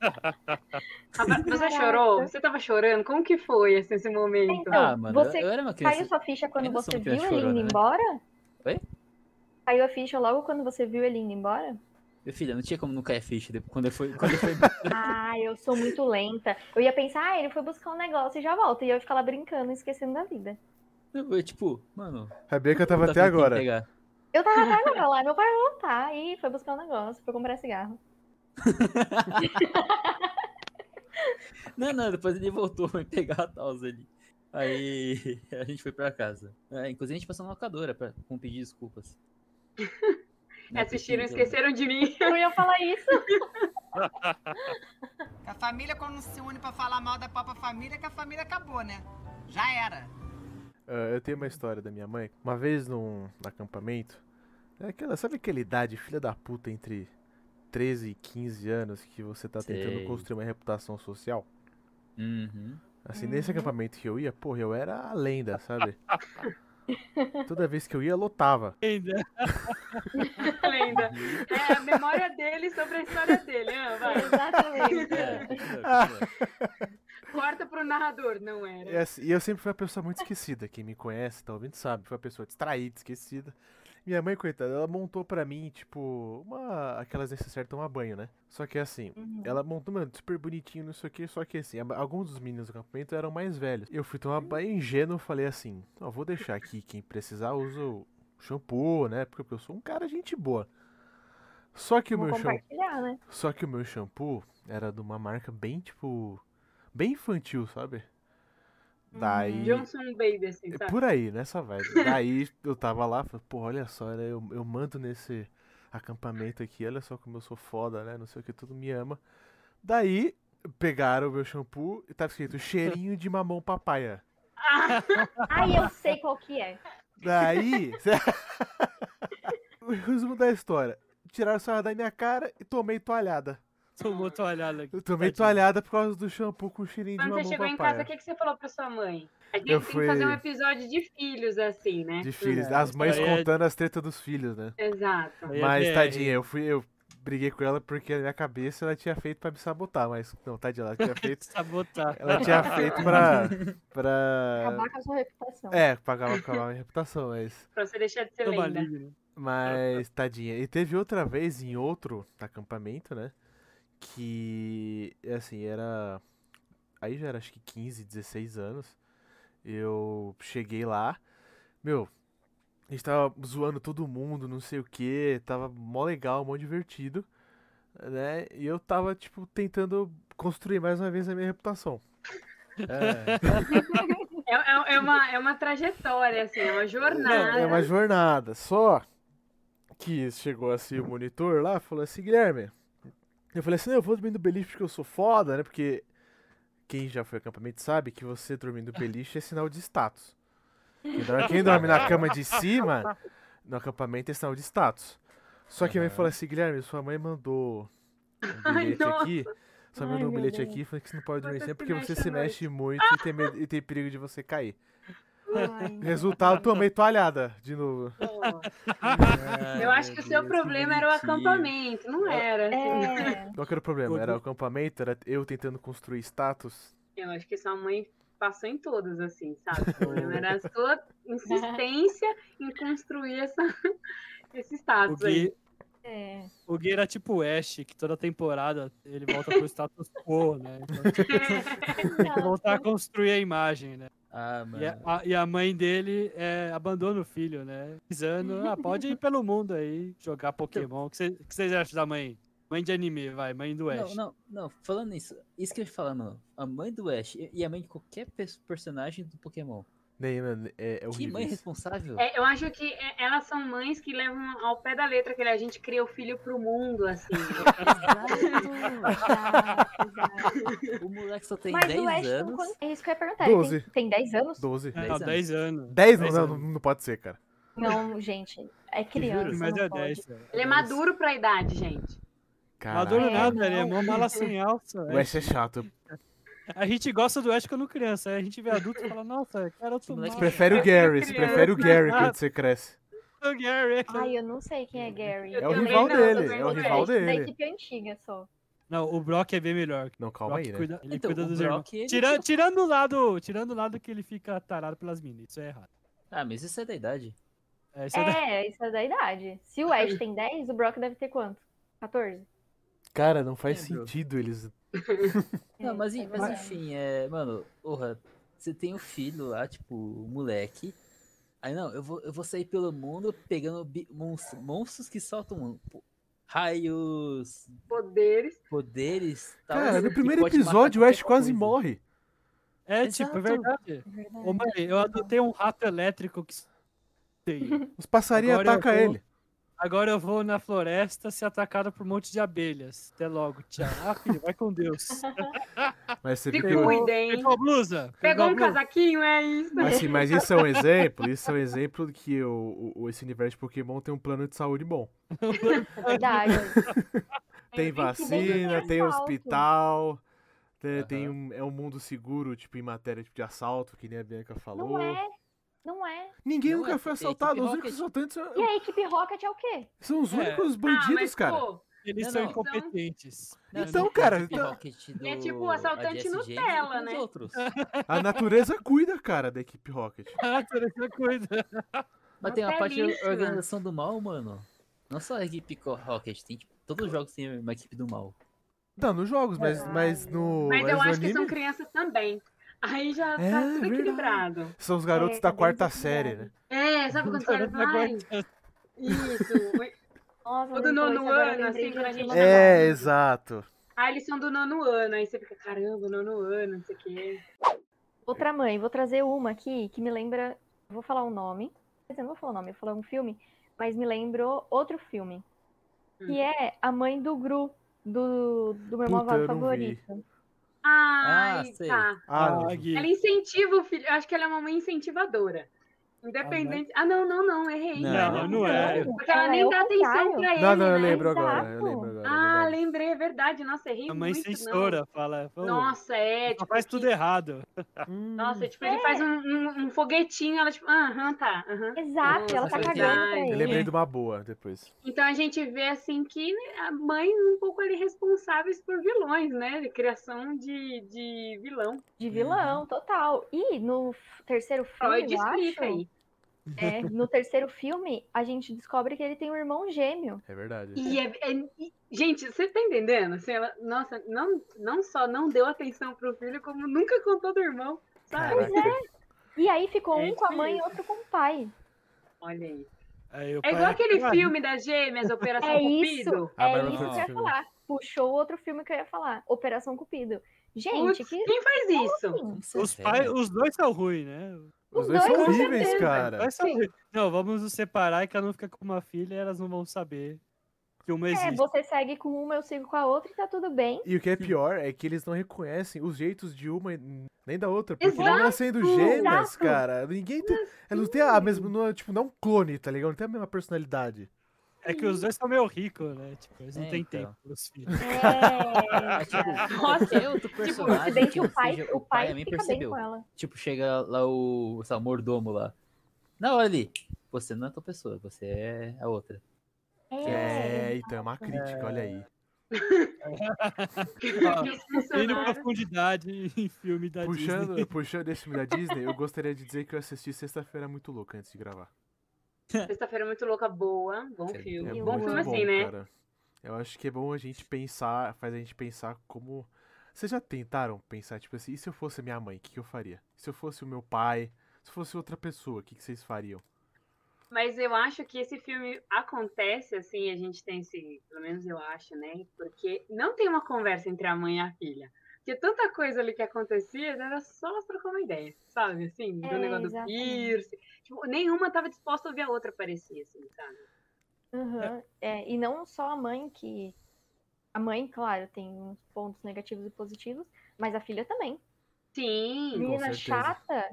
E: Rapaz, você
D: Caraca.
E: chorou? Você tava chorando? Como que foi assim, esse momento?
D: Então,
A: ah, mano, eu-
D: você
A: eu, era uma criança.
D: Caiu sua ficha quando
A: Ainda
D: você
A: sou uma
D: viu ele
A: criança
D: indo
A: chorona, né?
D: embora?
A: Oi?
D: Caiu a ficha logo quando você viu ele indo embora?
A: Meu filho, não tinha como não cair a ficha depois- quando eu fui. Quando eu fui...
D: Ah, eu sou muito lenta. Eu ia pensar, ah, ele foi buscar um negócio e já volta. E eu ia ficar lá brincando, esquecendo da vida.
A: eu, tipo, mano.
B: A Bianca tava
A: tá
B: até
A: tentando
B: agora.
A: pegar.
D: Eu tava até agora lá, meu pai vai voltar. E foi buscar um negócio, foi comprar cigarro.
A: Não, não, depois ele voltou e pegar a Tausa ali. Aí a gente foi pra casa. É, inclusive a gente passou na locadora pra, com pedir desculpas. Né,
E: Assistiram,
A: porque-
E: esqueceram de mim.
D: Eu ia falar isso.
F: A família, quando se une pra falar mal da própria família, que a família acabou, né? Já era.
B: Ah, eu tenho uma história da minha mãe. Uma vez num acampamento, é aquela, sabe aquela idade, filha da puta, entre 13 e 15 anos, que você tá tentando
A: Sei.
B: construir uma reputação social?
A: Uhum.
B: Assim, nesse acampamento que eu ia, porra, eu era a lenda, sabe? Toda vez que eu ia, lotava.
C: Ainda.
E: Lenda. É a memória dele sobre a história dele. Ah, vai.
A: É,
D: Exatamente.
A: continua,
E: Corta pro narrador. Não
B: E
E: era.
B: assim- e eu sempre fui uma pessoa muito esquecida. Quem me conhece, tá ouvindo, sabe. Fui uma pessoa distraída, esquecida. Minha mãe, coitada, ela montou pra mim, tipo, uma. Aquelas necessárias de tomar banho, né? Só que assim,
D: Uhum.
B: ela montou, mano, super bonitinho, não sei o que. Só que assim, a- alguns dos meninos do acampamento eram mais velhos. Eu fui tomar banho ingênuo, falei assim: Ó, vou deixar aqui. Quem precisar usa o shampoo, né? Porque eu sou um cara gente boa. Só que o
D: Vamos
B: meu shampoo.
D: compartilhar, né?
B: Só que o meu shampoo era de uma marca bem, tipo. Bem infantil, sabe? Daí.
E: Johnson Baby, assim,
B: é
E: sabe?
B: Por aí, nessa vibe. Daí eu tava lá, falei, pô, olha só, né, eu, eu mando nesse acampamento aqui, olha só como eu sou foda, né? Não sei o que, todo me ama. Daí pegaram o meu shampoo e tava escrito cheirinho de mamão papaya.
D: Ai, eu sei qual que é.
B: Daí. o resumo da história. Tiraram o celular da minha cara e tomei toalhada.
C: Tomou toalhada aqui.
B: Eu tomei
C: Tadinho.
B: toalhada por causa do shampoo com cheirinho de
E: Quando você
B: mamão
E: chegou em
B: papaya.
E: casa, o que, que você falou pra sua mãe? A gente
B: Eu
E: tem
B: fui-
E: que fazer um episódio de filhos, assim, né?
B: De filhos, as mães
C: Aí é-
B: contando as tretas dos filhos, né?
E: Exato.
C: Aí é
B: Mas,
C: BR.
B: tadinha, eu fui, eu briguei com ela porque na minha cabeça ela tinha feito pra me sabotar, mas não, tadinha, ela tinha feito.
C: Sabotar.
B: Ela tinha feito pra. pra.
D: Acabar com a sua reputação.
B: É, pra acabar acabar a minha reputação, mas.
E: Pra você deixar de ser
C: Do
E: lenda.
C: maligno.
B: Mas, tadinha. E teve outra vez em outro acampamento, né? Que. Assim, era. Aí já era acho que 15, 16 anos. Eu cheguei lá. Meu, a gente tava zoando todo mundo, não sei o que. Tava mó legal, mó divertido. Né? E eu tava, tipo, tentando construir mais uma vez a minha reputação.
E: É, é- é uma, é uma trajetória, assim, é uma jornada.
B: É uma jornada. Só que chegou assim o monitor lá falou assim, Guilherme. Eu falei assim, não, eu vou dormir no beliche porque eu sou foda, né? Porque quem já foi acampamento sabe que você dormir no beliche é sinal de status. Quem dorme, quem dorme na cama de cima, no acampamento é sinal de status. Só que a minha mãe falou assim, Guilherme, sua mãe mandou um
E: Ai,
B: bilhete
E: nossa.
B: aqui. Sua mãe mandou
D: Ai,
B: um
D: meu
B: bilhete
D: Deus.
B: aqui e falou que você não pode dormir
E: Você
B: sempre porque
E: se mexe
B: você
E: à
B: se
E: noite.
B: mexe muito e tem, medo- e tem perigo de você cair.
D: Ai,
B: Resultado, tomei toalhada de novo.
E: Eu
B: É,
E: acho que o seu problema era o acampamento, não era? assim.
D: é,
B: Qual que era o problema?
C: Todo-
B: Era o acampamento? Era eu tentando construir status?
E: Eu acho que sua mãe passou em todas, assim, sabe? O problema era a sua insistência em construir essa, esse
C: O
E: status aí.
C: Gui,
D: é.
C: o Gui era tipo o Ash, que toda temporada ele volta pro status quo, né? Então, tem que voltar a construir a imagem, né?
A: Ah, mano.
C: E a, a- e a mãe dele é, abandona o filho, né? Pisando, ah, pode ir pelo mundo aí, jogar Pokémon. O que cê- o que vocês acham da mãe? Mãe de anime, vai, mãe do Ash.
A: Não, não, não, falando nisso, isso que eu ia falar, mano. A mãe do Ash e e a mãe de qualquer pers- personagem do Pokémon.
B: Nem, mano, é, é
A: Que
B: horrível.
A: mãe
B: isso.
A: responsável?
E: É, eu acho que é, elas são mães que levam ao pé da letra que a gente cria o filho pro mundo, assim.
A: O moleque só tem
D: Mas
A: 10
D: o Ash tem
A: anos.
D: quanto- É isso que eu ia perguntar. ele
B: Doze.
D: Tem, tem 10 anos?
B: 12.
C: É,
A: 10
C: não,
A: anos.
C: 10 anos.
B: 10 não,
C: Dez
B: não,
C: anos.
B: não pode ser, cara.
D: Não, gente. É criança.
A: juro,
C: Mas
D: não
C: é
D: pode.
C: 10. velho.
E: Ele é maduro pra idade, gente.
B: Caralho.
C: Maduro
D: É,
C: nada, ele é
D: não.
C: mó mala sem alça.
B: O Ash é chato.
C: A gente gosta do Ash quando criança, aí a gente vê adulto e fala, nossa, cara, eu tô mal.
A: Moleque
B: Prefere o Gary, você prefere o Gary quando você cresce.
C: O Gary.
D: Ai, eu não sei quem é Gary.
E: Eu
B: É o
E: também
B: rival
E: não,
B: dele,
E: também
B: é o
E: não.
B: rival
D: da
B: dele.
D: equipe antiga só.
C: Não, o Brock é bem melhor.
B: Não,
C: O
B: calma
C: Brock
B: aí, né?
C: cuida, ele
A: Então,
C: cuida
A: o
C: dos
A: Brock,
C: irmãos.
A: ele-
C: Tira- tirando o lado, tirando o lado que ele fica tarado pelas minas, isso é errado.
A: Ah, mas isso é da idade.
C: É, isso é da-
D: É, isso é da idade. Se o Ash tem 10, o Brock deve ter quanto? 14?
B: Cara, não faz
A: Lembro.
B: sentido eles.
A: Não, mas,
D: é
A: en- mas
D: verdade.
A: enfim, é. Mano, porra, você tem um filho lá, tipo, um moleque. Aí não, eu vou, eu vou sair pelo mundo pegando bi- monstros, monstros que soltam pô, raios,
E: Poderes.
A: poderes. tal,
B: Cara, no
A: que
B: primeiro
A: pode matar
B: episódio o Ash
A: qualquer
B: quase
A: coisa.
B: morre.
C: é, tipo, é
A: Exato.
C: verdade. Ô, mãe,
E: é
C: eu adotei um rato elétrico que. Sei.
B: Os passarinhos
C: Agora eu
B: atacam
C: vou-
B: ele.
C: Agora eu vou na floresta ser atacado por um monte de abelhas. Até logo, tchau. Ah, filho, vai com Deus.
B: Mas você
E: Se
B: viu que o-
E: cuidem.
C: Pegou a blusa?
E: Pegou
C: a
E: um
C: blusa?
E: casaquinho, é isso.
B: Mas, sim, mas isso é um exemplo, isso é um exemplo que o, o- esse universo de Pokémon tem um plano de saúde bom.
D: É verdade.
B: Tem
D: tem
B: vacina, tem
D: assalto.
B: hospital, tem, tem
A: Aham.
B: um, é um mundo seguro, tipo, em matéria tipo, de assalto, que nem a Bianca falou.
D: Não é. Não é.
B: Ninguém
A: Não
B: nunca
A: é,
B: foi
A: porque
B: assaltado,
A: Equipe
B: os únicos assaltantes
D: E
B: são,
D: a equipe Rocket é o quê?
B: são os
C: É.
B: únicos
E: Ah,
B: bandidos,
E: mas,
B: cara.
E: pô,
C: Eles
A: Não,
C: são
A: não.
E: Então-
C: incompetentes.
A: Não,
B: Então,
A: não,
B: cara,
A: o Equipe
B: então-
A: Rocket do
E: É tipo o assaltante
A: ADSG, eles são
E: Nutella,
A: com os
E: né?
A: outros.
B: A natureza cuida, cara, da equipe Rocket.
C: Ah, terceira coisa.
A: Mas tem
E: é
A: uma parte
E: Nutelíssima.
A: da organização do mal, mano. Não só a equipe co- Rocket, tem tipo, todos os jogos tem uma equipe do mal.
B: Não, nos jogos, mas, É. mas no.
E: mas eu
B: no
E: acho que são
B: anime,
E: crianças também. Aí já
B: É,
E: tá tudo
B: verdade.
E: equilibrado.
B: são os garotos
D: É,
B: da
D: bem
B: quarta
D: verdade.
B: série, né?
E: É, sabe quando você olha e fala, "Ai,
B: tá
E: Isso.
D: Nossa,
E: Ou
D: mas
E: do
D: ele falou
E: nono
D: isso, agora eu
E: ano,
D: lembrei
E: assim,
D: de
E: quando a
D: antigo
E: gente-
D: namorado.
B: É, exato.
E: Ah, eles são do nono ano. Aí você fica, caramba, nono ano, não sei o quê.
D: Outra mãe, vou trazer uma aqui que me lembra. Vou falar o nome. Quer dizer, não vou falar o nome, vou falar um filme, mas me lembrou outro filme.
E: Hum.
D: Que é a mãe do Gru, do, do meu
B: Puta,
D: malvado
B: eu não vi.
D: favorito.
E: Ah,
A: Ah, sei.
E: tá.
B: Ah, não.
C: Gui.
E: Ela incentiva o filho. Eu acho que ela é uma mãe incentivadora. Independente. Ah, não, não, não, errei.
A: Não,
C: não é.
E: Porque ela
D: Ela
E: nem
D: é o
E: dá atenção
D: contrário.
E: pra ele.
B: Não, não, eu
E: né?
B: lembro
D: Exato.
B: agora. Eu lembro agora.
E: Ah,
B: é verdade.
E: lembrei, é verdade. Nossa, errei
C: A mãe
E: muito. não.
C: censora, fala. "Pô,
E: Nossa, é.
C: só
E: Tipo,
C: faz
E: que-
C: tudo errado.
E: Nossa, tipo, ele faz um, um- um foguetinho, ela tipo, aham, tá, aham.
D: Exato, ela tá
A: Nossa,
D: cagando pra
E: verdade.
B: Eu
D: ele.
B: lembrei de uma boa depois.
E: Então a gente vê assim que a mãe um pouco ali responsáveis por vilões, né? De criação de, de vilão.
D: De vilão, total. E no f- terceiro filme,
E: Freud
D: eu
E: explica
D: acho,
E: aí.
D: é, no terceiro filme, a gente descobre que ele tem um irmão gêmeo.
B: É verdade.
E: E é- é- e- gente, você tá entendendo? Assim, ela, nossa, não, não só não deu atenção pro filho, como nunca contou do irmão. Sabe?
B: Caraca.
D: E aí ficou
E: É
D: um com a
E: isso
D: mãe e
E: mesmo.
D: outro com o pai.
E: Olha aí.
C: Aí o
E: É
C: pai-
E: igual aquele
C: Ah,
E: filme das gêmeas, Operação
D: É isso.
E: Cupido.
B: Ah, mas
D: é
B: eu
D: isso
B: não
D: que eu ia
B: assisti.
D: falar. Puxou outro filme que eu ia falar. Operação Cupido. Gente,
E: Putz,
D: que.
E: Quem faz isso?
D: assim?
A: Como você é
C: Os,
A: velho?
C: pai, os dois são ruins, né?
B: Os
D: Os
B: dois são
D: dois, com
B: horríveis,
D: certeza.
C: Os
B: cara.
C: dois são ruins. Não, vamos nos separar e cada um fica com uma filha e elas não vão saber que uma
D: É,
C: existe.
D: você segue com uma, eu sigo com a outra e tá tudo bem.
B: E o que é pior é que eles não reconhecem os jeitos de uma e nem da outra, porque não
E: Exato,
B: nascendo gêmeas,
D: exato.
B: cara. Ninguém tem. Elas não têm a mesma. Não, é, tipo, não é um clone, tá ligado? Não tem a mesma personalidade.
C: É que os dois são meio ricos, né? Tipo, eles não
A: É,
C: têm
A: então.
C: tempo pros filhos.
A: Mas,
D: É,
A: tipo,
E: Nossa,
A: qualquer outro
D: tipo,
A: personagem
D: no acidente
A: que
D: o
A: não
D: pai,
A: seja
D: o pai
A: nem
D: fica bem
A: percebeu.
D: com ela.
A: Tipo, chega lá o, sei lá, o mordomo lá. Não, olha ali. Você não é tua pessoa, você é a outra.
D: É,
B: É, então é uma crítica, olha aí.
E: é
C: Ó, Indo
E: Personagem.
C: profundidade em filme É. da Disney.
B: Puxando, puxando esse filme da Disney, eu gostaria de dizer que eu assisti Sexta-feira Muito Louca antes de gravar.
E: Sexta-feira é muito louca, boa. Bom
A: É
E: filme.
B: É
D: Eu
E: bom
B: muito
E: filme
B: bom,
E: assim, né?
B: cara. Eu acho que é bom a gente pensar, faz a gente pensar como. Vocês já tentaram pensar, tipo assim, e se eu fosse minha mãe, o que, que eu faria? Se eu fosse o meu pai, se eu fosse outra pessoa, o que, que vocês fariam?
E: Mas eu acho que esse filme acontece, assim, a gente tem esse, pelo menos eu acho, né? Porque não tem uma conversa entre a mãe e a filha. Porque tanta coisa ali que acontecia, era só elas trocando ideia, sabe? Assim, do
D: É,
E: negócio
D: exatamente.
E: do piercing. Tipo, nenhuma tava disposta a ouvir a outra, parecia, assim, sabe?
D: Aham, é, e não só a mãe que. A mãe, claro, tem uns pontos negativos e positivos, mas a filha também.
E: Sim.
D: Menina
B: certeza.
D: chata.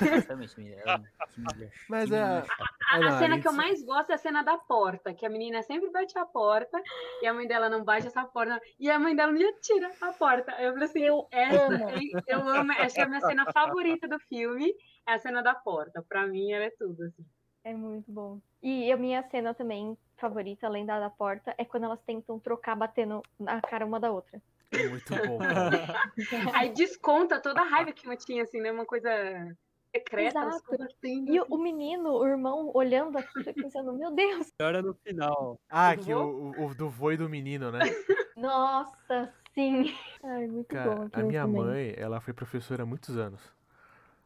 A: Exatamente, menina. Ela- que mulher-
B: Mas
A: que
B: é.
A: menina chata.
E: A, a
B: não,
E: cena
B: isso-
E: que eu mais gosto é a cena da porta, que a menina sempre bate a porta e a mãe dela não bate essa porta. E a mãe dela me atira a porta. Aí Eu falei assim, eu
D: amo.
E: Eu amo, essa é a minha cena favorita do filme, é a cena da porta. Pra mim ela é tudo, assim.
D: É muito bom. E a minha cena também favorita, além da da porta, é quando elas tentam trocar batendo na cara uma da outra.
B: É muito bom, cara.
E: Aí desconta toda a raiva que eu tinha, assim, né? Uma coisa secreta. elas
D: Exato.
E: combatendo,
D: E
E: assim.
D: o menino, o irmão, olhando aquilo e pensando, meu Deus,
C: Melhor é no final.
B: Ah,
E: Do
B: que o, o- o do vô e do menino, né?
D: nossa, sim. Ai, muito bom.
B: Cara, a
D: aquilo
B: minha
D: também.
B: mãe, ela foi professora há muitos anos.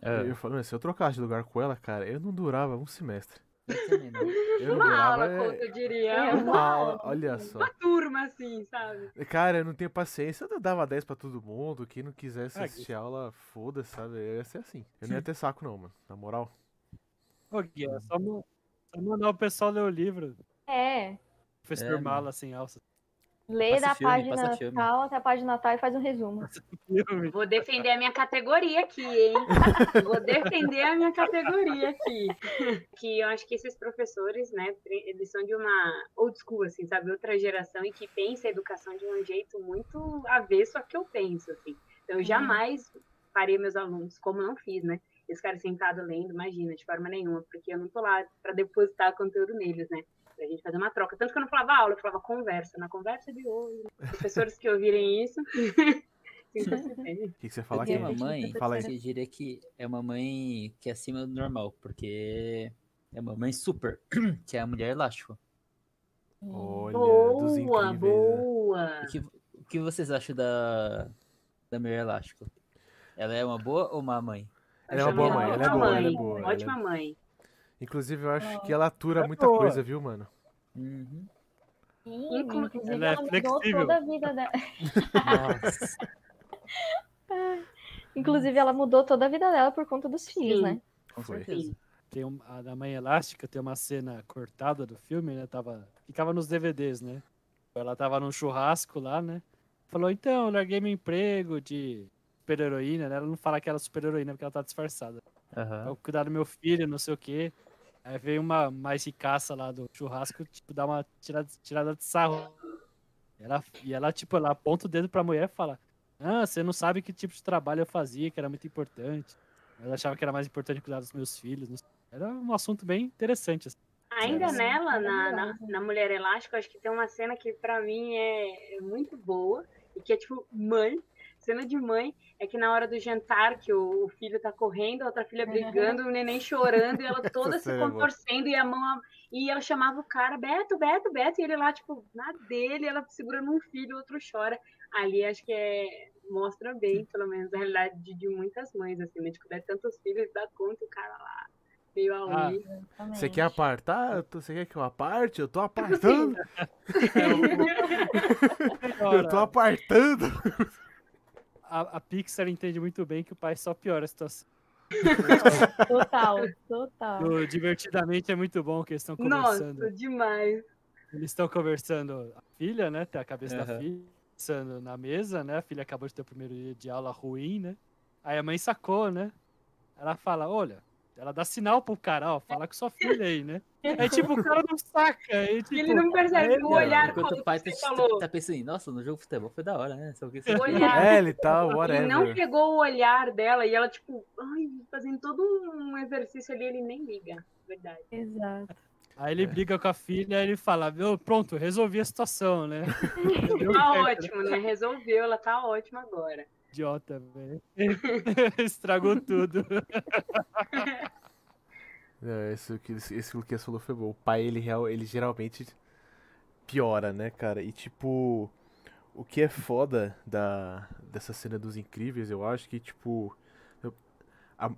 A: É,
B: Eu falando, se eu trocasse de lugar com ela, cara, eu não durava um semestre.
A: eu também né? não.
B: Eu não
E: Uma
B: durava.
E: aula,
B: é-
E: Couto, eu diria.
D: É,
E: Uma
B: Uma aula, olha só.
E: turma, assim, sabe?
B: Cara, eu não tenho paciência. Eu dava 10 pra todo mundo. Quem não quisesse
C: Ah,
B: assistir aula, foda-se, sabe? Eu ia ser assim. Eu não ia ter saco, não, mano. Na moral.
C: Ô, Gui, é só, ma- só mandar o pessoal ler o livro.
D: É,
C: Professor
A: É,
C: Mala sem alça.
D: lê
A: Passa
D: da
A: filme,
D: página
A: passa filme.
D: tal até a página tal e faz um resumo.
C: Filme.
E: Vou defender a minha categoria aqui, hein? Vou defender a minha categoria aqui. Que eu acho que esses professores, né, pre- eles são de uma old school, assim, sabe? Outra geração e que pensa a educação de um jeito muito avesso a que eu penso, assim. Então, eu jamais parei meus alunos, como não fiz, né? Eles ficaram sentados lendo, imagina, de forma nenhuma, porque eu não tô lá para depositar conteúdo neles, né? Pra gente fazer uma troca. Tanto que eu não falava aula, eu falava conversa. Na conversa de hoje, né, professores que ouvirem isso, sinta-se bem.
B: O que, que você fala
A: eu
B: aqui?
A: tenho uma mãe
B: Fala aí.
A: que eu diria que é uma mãe que é acima do normal, porque é uma mãe super, que é a mulher elástico.
B: Olha, dos incríveis.
E: Boa,
B: né?
E: boa.
A: O que, o que vocês acham da, da mulher elástico? Ela é uma boa ou uma mãe?
B: Ela é uma
E: Acho
B: boa
E: ela
B: mãe,
E: uma
B: ela é
E: ótima
B: boa, ela é
E: mãe,
B: boa. ela é-
E: Ótima mãe.
B: Inclusive, eu acho que ela atura
C: É
B: muita
C: boa.
B: coisa, viu, mano?
A: Uhum.
D: Sim,
E: Inclu-
D: inclusive
C: Ela é
D: mudou
C: flexível.
D: toda a vida dela.
B: Nossa.
D: Inclusive, ela mudou toda a vida dela por conta dos filhos,
E: Sim.
D: né?
A: Com
B: Foi.
A: certeza.
C: Tem um, a da Mãe Elástica tem uma cena cortada do filme, né? Tava, ficava nos DVDs, né? Ela tava num churrasco lá, né? Falou, então, eu larguei meu emprego de super-heroína, né? Ela não fala que ela é super-heroína porque ela tá disfarçada.
A: Aham.
C: Eu É cuidar do meu filho, não sei o quê. Aí veio uma mais ricaça lá do churrasco, tipo, dar uma tirada, tirada de sarro. Ela, e ela, tipo, ela aponta o dedo pra mulher e fala: Ah, você não sabe que tipo de trabalho eu fazia, que era muito importante. Ela achava que era mais importante cuidar dos meus filhos. não sei. Era um assunto bem interessante. assim.
E: Ainda
C: Sim.
E: nela, na, na,
D: Maravilhosa.
E: na Mulher Elástica, eu acho que tem uma cena que pra mim é é muito boa e que é tipo mãe. Cena de mãe é que na hora do jantar, que o, o filho tá correndo, a outra filha brigando, o neném chorando, e ela toda se
B: cena é boa.
E: contorcendo, e a mão. a- E ela chamava o cara, Beto, Beto, Beto, e ele lá, tipo, na dele, ela segurando um filho, o outro chora. Ali acho que é. Mostra bem, pelo menos, a realidade de, de muitas mães, assim, né? Tipo, dá tantos filhos, dá conta, o cara lá, meio a
C: Ah,
E: unha.
D: né?
B: Você quer apartar? Eu tô- Você quer que eu aparte? Eu tô apartando. Eu tô
C: Agora,
B: apartando.
C: a, a Pixar entende muito bem que o pai só piora a situação.
D: Total, total.
C: No Divertidamente é muito bom que eles estão conversando.
E: Nossa, demais.
C: Eles estão conversando, a filha, né? Tem a cabeça da
A: Aham.
C: filha, conversando na mesa, né? A filha acabou de ter o primeiro dia de aula ruim, né? Aí a mãe sacou, né? Ela fala: Olha, Ela dá sinal pro cara, ó, fala com sua filha aí, né? É tipo, o cara não saca. É, tipo,
E: Ele não percebe
C: é,
E: o
C: não,
E: olhar
A: Enquanto
E: como
A: o pai
E: você
A: tá,
E: falou.
A: tá pensando, nossa, no jogo de futebol foi da hora, né? Só que
E: O olhar.
B: É, ele tá,
E: Ele não
B: whatever.
E: pegou o olhar dela e ela, tipo, ai, fazendo todo um exercício ali, ele nem liga. Verdade.
D: Exato.
C: Aí ele briga com a filha, aí ele fala, meu, pronto, resolvi a situação, né? Deu
E: Tá
C: certo,
E: ótimo, né? Resolveu, ela tá ótima agora.
C: Idiota, velho. Estragou tudo.
B: É, isso que esse que o Luquinhas falou foi bom. O pai, ele, real, ele geralmente piora, né, cara? E tipo, o que é foda da, dessa cena dos incríveis, eu acho que, tipo, eu- a,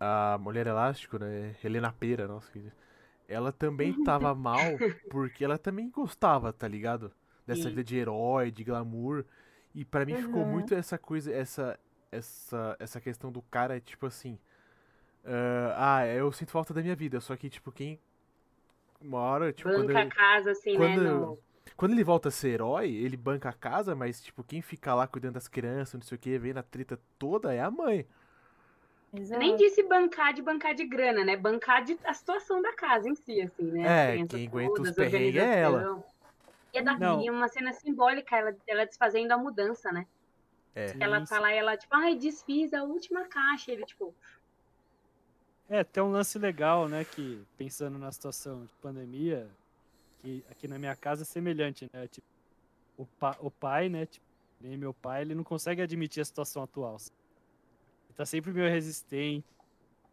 B: a, a Mulher Elástico, né? Helena Pera, nossa, que- ela também tava mal porque ela também gostava, tá ligado? Dessa
E: Sim.
B: vida de herói, de glamour. E pra mim ficou
D: Uhum.
B: muito essa coisa, essa, essa, essa questão do cara, tipo assim. eh, ah, eu sinto falta da minha vida, só que, tipo, quem. Uma hora, tipo, quando
E: Banca a
B: eu-
E: casa, assim,
B: quando-
E: né? No...
B: quando ele volta a ser herói, ele banca a casa, mas, tipo, quem fica lá cuidando das crianças, não sei o que, vendo a treta toda é a mãe.
D: Exato.
E: Nem disse bancar de bancar de grana, né? Bancar de a situação da casa em si, assim, né?
B: É,
E: As crianças
B: quem aguenta
E: todas,
B: os perrengues é
E: organização. E é da
C: Não.
E: e uma cena simbólica, ela, ela desfazendo a mudança, né?
B: É.
E: Ela tá lá e ela, tipo, ai, desfiz a última caixa. Ele, tipo,
C: É, tem um lance legal, né? Que pensando na situação de pandemia, que aqui na minha casa é semelhante, né? Tipo, o, pa o pai, né? Tipo, nem meu pai, ele não consegue admitir a situação atual. sabe? Ele tá sempre meio resistente,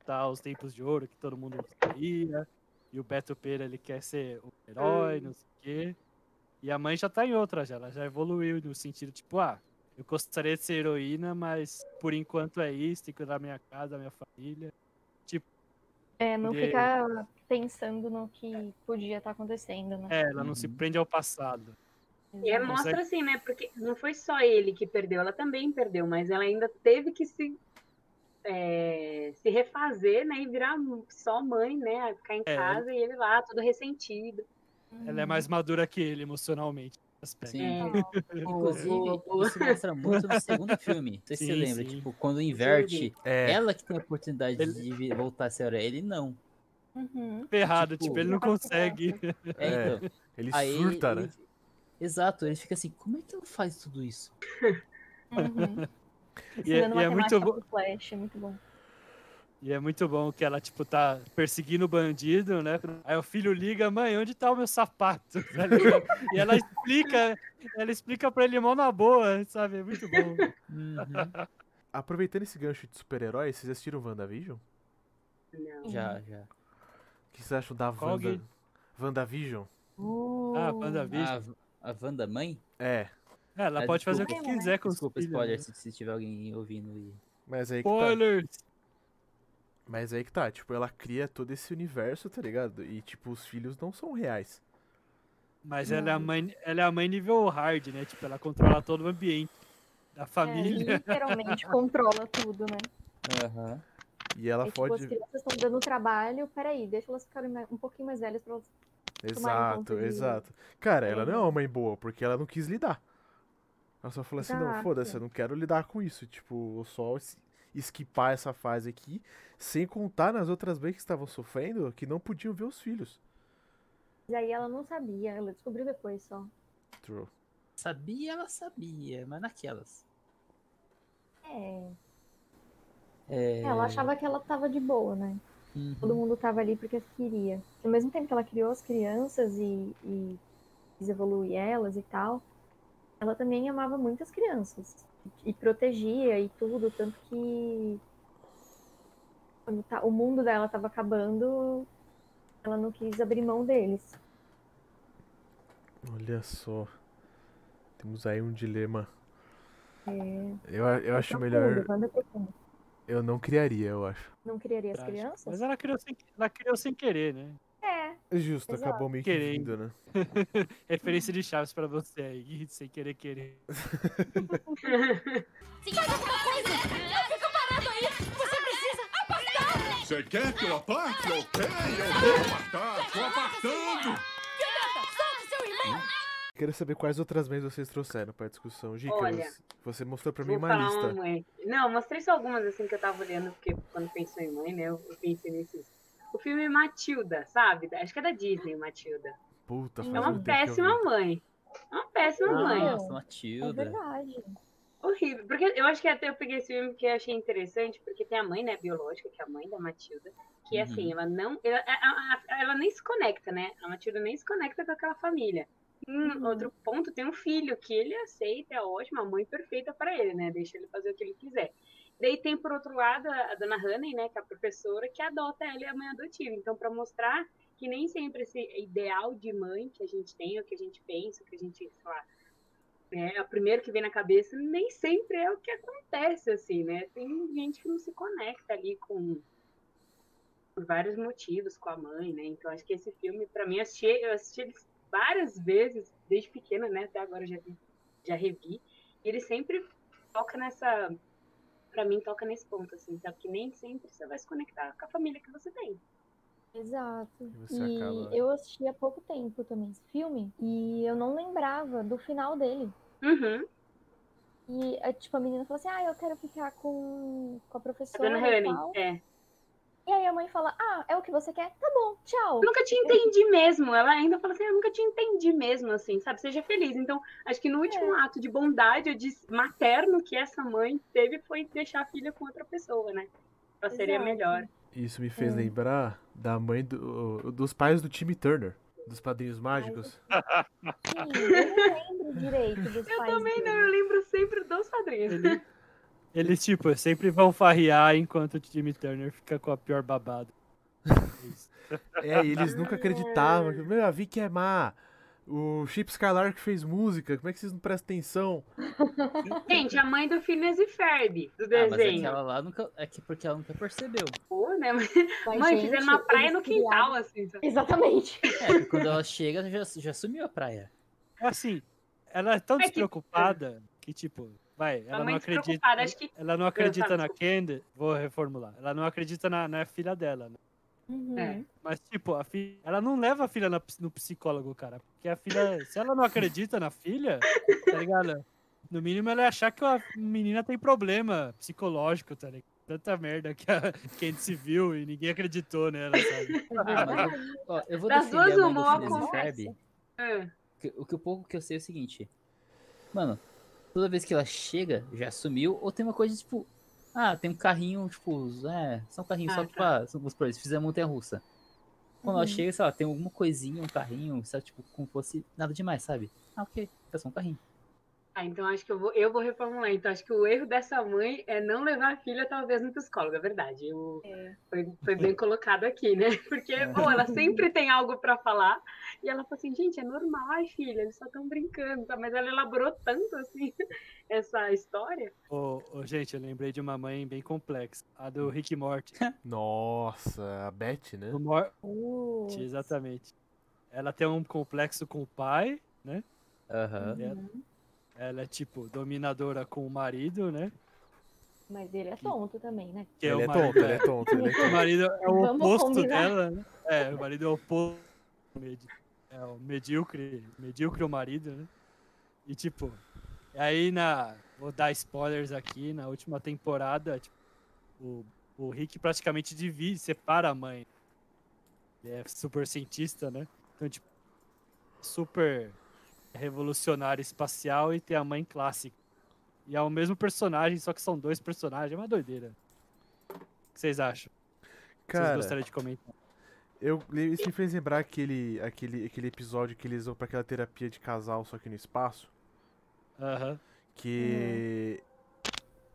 C: tá? Os tempos de ouro que todo mundo queria. E o Beto Pereira, ele quer ser o herói, não sei o quê. E a mãe já tá em outra, já. Ela já evoluiu no sentido, tipo, ah, eu gostaria de ser heroína, mas por enquanto é isso, tem que cuidar da minha casa, da minha família.
D: É, não
C: Porque-
D: ficar pensando no que podia estar acontecendo, né?
C: É, ela não se
A: Uhum.
C: prende ao passado.
E: E é,
D: Exato.
E: mostra
C: consegue-
E: assim, né? Porque não foi só ele que perdeu, ela também perdeu, mas ela ainda teve que se, é, se refazer, né? E virar só mãe, né? Ficar em
C: É.
E: casa e ele lá, todo ressentido.
C: Ela é mais madura que ele emocionalmente. nesse aspecto.
A: Sim.
E: É.
A: Inclusive,
E: Boa, boa.
A: isso mostra muito no segundo filme. Não sei se
C: Sim,
A: você lembra,
C: sim.
A: tipo, quando inverte,
B: É.
A: ela que tem a oportunidade
C: Ele-
A: de vi- voltar a ser herói, ele não.
D: Uhum.
C: Ferrado,
A: Tipo,
C: tipo, ele não consegue.
A: É,
B: É.
A: então.
B: Ele
A: Aí
B: surta,
A: ele-
B: né?
A: Exato, ele fica assim, como é que ela faz tudo isso?
D: Uhum.
C: E é,
D: Ensinando
C: e é muito
D: matemática
C: bom,
D: pro Flash, é muito bom.
C: e é muito bom que ela, tipo, tá perseguindo o bandido, né? Aí o filho liga, mãe, onde tá o meu sapato? Tá ligado? e ela explica, ela explica pra ele mão na boa, sabe? É muito bom.
A: Uhum.
B: Aproveitando esse gancho de super-herói, vocês assistiram WandaVision?
E: Não.
A: Já, já.
B: O que vocês acham da
C: Qual
B: Wanda...
C: que-
B: WandaVision?
C: Ah,
D: Uh,
C: WandaVision.
A: A, a Wanda mãe?
B: É,
C: É, ela
A: Ah,
C: pode fazer o que
D: desculpa.
C: quiser com os
A: Desculpa,
C: filhos,
A: spoiler,
C: né?
A: se, se tiver alguém ouvindo. E...
B: mas aí que tá.
C: Spoilers!
B: Mas aí que tá, tipo, ela cria todo esse universo, tá ligado? E, tipo, os filhos não são reais.
C: Mas ela é, a mãe, ela é a mãe nível hard, né? Tipo, ela controla todo o ambiente da
D: é,
C: família.
D: literalmente controla tudo, né?
A: Aham.
B: E ela
D: É tipo,
B: pode.
D: as crianças estão dando trabalho, peraí, deixa elas ficarem mais- um pouquinho mais velhas pra elas. tomarem conta
B: Exato,
D: né? de-
B: exato. Cara, ela não é uma mãe boa, porque ela não quis lidar. Ela só falou assim, não,
D: Exato.
B: foda-se, eu não quero lidar com isso. Tipo, eu só es- esquipar essa fase aqui, sem contar nas outras mães que estavam sofrendo, que não podiam ver os filhos.
D: Mas aí ela não sabia, ela descobriu depois só.
B: True.
A: Sabia, ela sabia, mas naquelas.
D: É,
A: É,
D: ela achava que ela tava de boa, né?
A: uhum.
D: Todo mundo tava ali porque queria. Ao mesmo tempo que ela criou as crianças e, e quis evoluir elas e tal, ela também amava muitas crianças. E, e protegia e tudo, tanto que quando tá- o mundo dela tava acabando, ela não quis abrir mão deles.
B: Olha só. Temos aí um dilema.
D: É.
B: Eu, a- eu acho melhor.
D: Profundo, Wanda é profundo.
B: Eu não criaria, eu acho.
D: Não criaria as
C: Trágico.
D: crianças?
C: Mas ela criou, sem, ela criou sem querer, né?
D: É.
B: Justo,
D: Exato.
B: acabou meio que
C: Querendo.
B: vindo, né?
C: Referência de Chaves pra você aí, sem querer querer.
G: Você quer que eu aparte? Eu quero, eu vou apartar, tô apartando!
B: Que quero saber quais outras mães vocês trouxeram pra discussão. Gica,
E: Olha,
B: você, você mostrou pra mim
E: Vou
B: uma
E: falar
B: lista.
E: uma mãe. Não, mostrei só algumas assim que eu tava olhando, porque quando pensou em mãe, né? Eu eu pensei nesses. O filme Matilda, sabe? Acho que é da Disney, Matilda.
B: Puta, faz
E: É uma
B: muito tempo que eu vi. Ah,
E: péssima mãe. É uma péssima mãe.
A: Nossa,
D: É
A: Matilda.
D: verdade.
E: Horrível. Porque eu acho que até eu peguei esse filme porque eu achei interessante, porque tem a mãe, né, biológica, que é a mãe da Matilda, que
A: Uhum.
E: assim, ela não. Ela, a- a- ela nem se conecta, né? A Matilda nem se conecta com aquela família. Em outro ponto, tem um filho que ele aceita, é ótimo, a mãe perfeita para ele, né? Deixa ele fazer o que ele quiser. Daí tem, por outro lado, a, a dona Hannah, né, que é a professora, que adota ela e a mãe adotiva. Então, para mostrar que nem sempre esse ideal de mãe que a gente tem, o que a gente pensa, o que a gente, sei lá, é, o primeiro que vem na cabeça nem sempre é o que acontece, assim, né? Tem gente que não se conecta ali com por vários motivos com a mãe, né? Então acho que esse filme, pra mim, eu assisti, eu assisti ele várias vezes, desde pequena, né? Até agora eu já, vi- já revi. E ele sempre toca nessa. Pra mim, toca nesse ponto, assim, sabe? Que nem sempre você vai se conectar com a família que você tem.
D: Exato.
B: E você
D: E
B: acaba-
D: eu assisti há pouco tempo também esse filme e eu não lembrava do final dele.
E: Uhum.
D: E é, tipo, a menina falou assim: Ah, eu quero ficar com, com a
E: A
D: professora.
E: dona
D: e
E: Tá Honey.
D: tal.
E: É.
D: E aí a mãe fala: Ah, é o que você quer? Tá bom, tchau.
E: nunca te entendi mesmo. Ela ainda fala assim, eu nunca te entendi mesmo, assim, sabe? Seja feliz. Então, acho que no último ato de bondade ou de materno que essa mãe teve foi deixar a filha com outra pessoa, né? Ela seria
D: Exato.
E: melhor.
B: Isso me fez
D: É.
B: lembrar da mãe do, dos pais do time Turner, dos padrinhos mágicos.
D: Sim, eu não lembro direito dos
E: Eu
D: pais
E: também não,
D: dele.
E: eu lembro sempre dos padrinhos.
C: Ele- Eles, tipo, sempre vão farrear enquanto o Jimmy Turner fica com a pior babada. É isso.
B: É, e eles nunca acreditavam. que, Meu, a Vicky é má. O Chip Skylar que fez música, como é que vocês não prestam atenção?
E: Gente, a mãe do Phineas e Ferb, do
C: é
A: Ah, mas
E: desenho.
A: aquela lá nunca. É que porque ela nunca percebeu.
E: Pô, né? Mãe,
D: Mas, gente,
E: fizeram uma praia
D: eles
E: no
D: criaram-
E: quintal, assim. sabe?
D: Exatamente.
A: É, porque quando ela chega, já, já sumiu a praia.
C: Assim, ela é tão
E: É que-
C: despreocupada que, tipo, vai, ela
E: mãe
C: não acredita.
E: despreocupada, acho que-
C: Ela não acredita
E: falo,
C: na
E: desculpa.
C: Candy. Vou reformular. Ela não acredita na, na filha dela, né?
D: Uhum.
E: É.
C: Mas, tipo, a filha, ela não leva a filha na ps- no psicólogo, cara. Porque a filha, se ela não acredita na filha, tá ligado? No mínimo ela ia achar que a menina tem problema psicológico, tá ligado? Tanta merda que a Candy se viu e ninguém acreditou nela, sabe?
A: Ah, mas eu, ó, eu vou
E: Das
A: defender
E: duas,
A: a mãe
E: uma
A: do Phineas e
D: acontece.
A: Ferb.
E: Ah,
A: que- O que o pouco que eu sei é o seguinte. Mano, toda vez que ela chega, já sumiu, ou tem uma coisa tipo. Ah, tem um carrinho, tipo, é, são carrinhos
E: Ah,
A: só
E: tá.
A: pra. Vamos supor, eles fizeram montanha russa. Quando ela
D: Uhum.
A: chega, sei lá, tem alguma coisinha, um carrinho, sabe, tipo, como fosse nada demais, sabe? Ah, ok, é só um carrinho.
E: Ah, então acho que eu vou, eu vou reformular. Então acho que o erro dessa mãe é não levar a filha, talvez, no psicólogo, é verdade. Eu-
D: É.
E: foi, foi bem colocado aqui, né? Porque,
C: É.
E: bom, ela sempre tem algo pra falar. E ela fala assim, gente, é normal, ai, filha, eles só estão brincando. tá? Mas ela elaborou tanto, assim, essa história.
C: Ô, ô, gente, eu lembrei de uma mãe bem complexa. A do Rick e Morty.
B: Nossa, a Beth, né?
C: Do Mor
D: Uh,
C: Exatamente. Ela tem um complexo com o pai, né?
A: Aham.
C: Ela é tipo dominadora com o marido, né?
D: mas ele é tonto também, né?
C: Que
B: ele
C: o
B: é
C: marido,
B: tonto, ele é tonto, ele é
C: O
B: tonto.
C: marido é o
D: Vamos
C: oposto
D: combinar.
C: dela, né? É, o marido é o oposto. do medi- É o medíocre, medíocre o marido, né? E tipo, aí na. Vou dar spoilers aqui, na última temporada, tipo, o, o Rick praticamente divide, separa a mãe. Ele é super cientista, né? Então, tipo, super revolucionário espacial e tem a mãe clássica. E é o mesmo personagem, só que são dois personagens, é uma doideira. O que vocês acham? Vocês
B: Cara,
C: gostariam de comentar?
B: eu, isso me fez lembrar aquele, aquele, aquele episódio que eles vão pra aquela terapia de casal, só que no espaço.
C: Aham.
B: Que.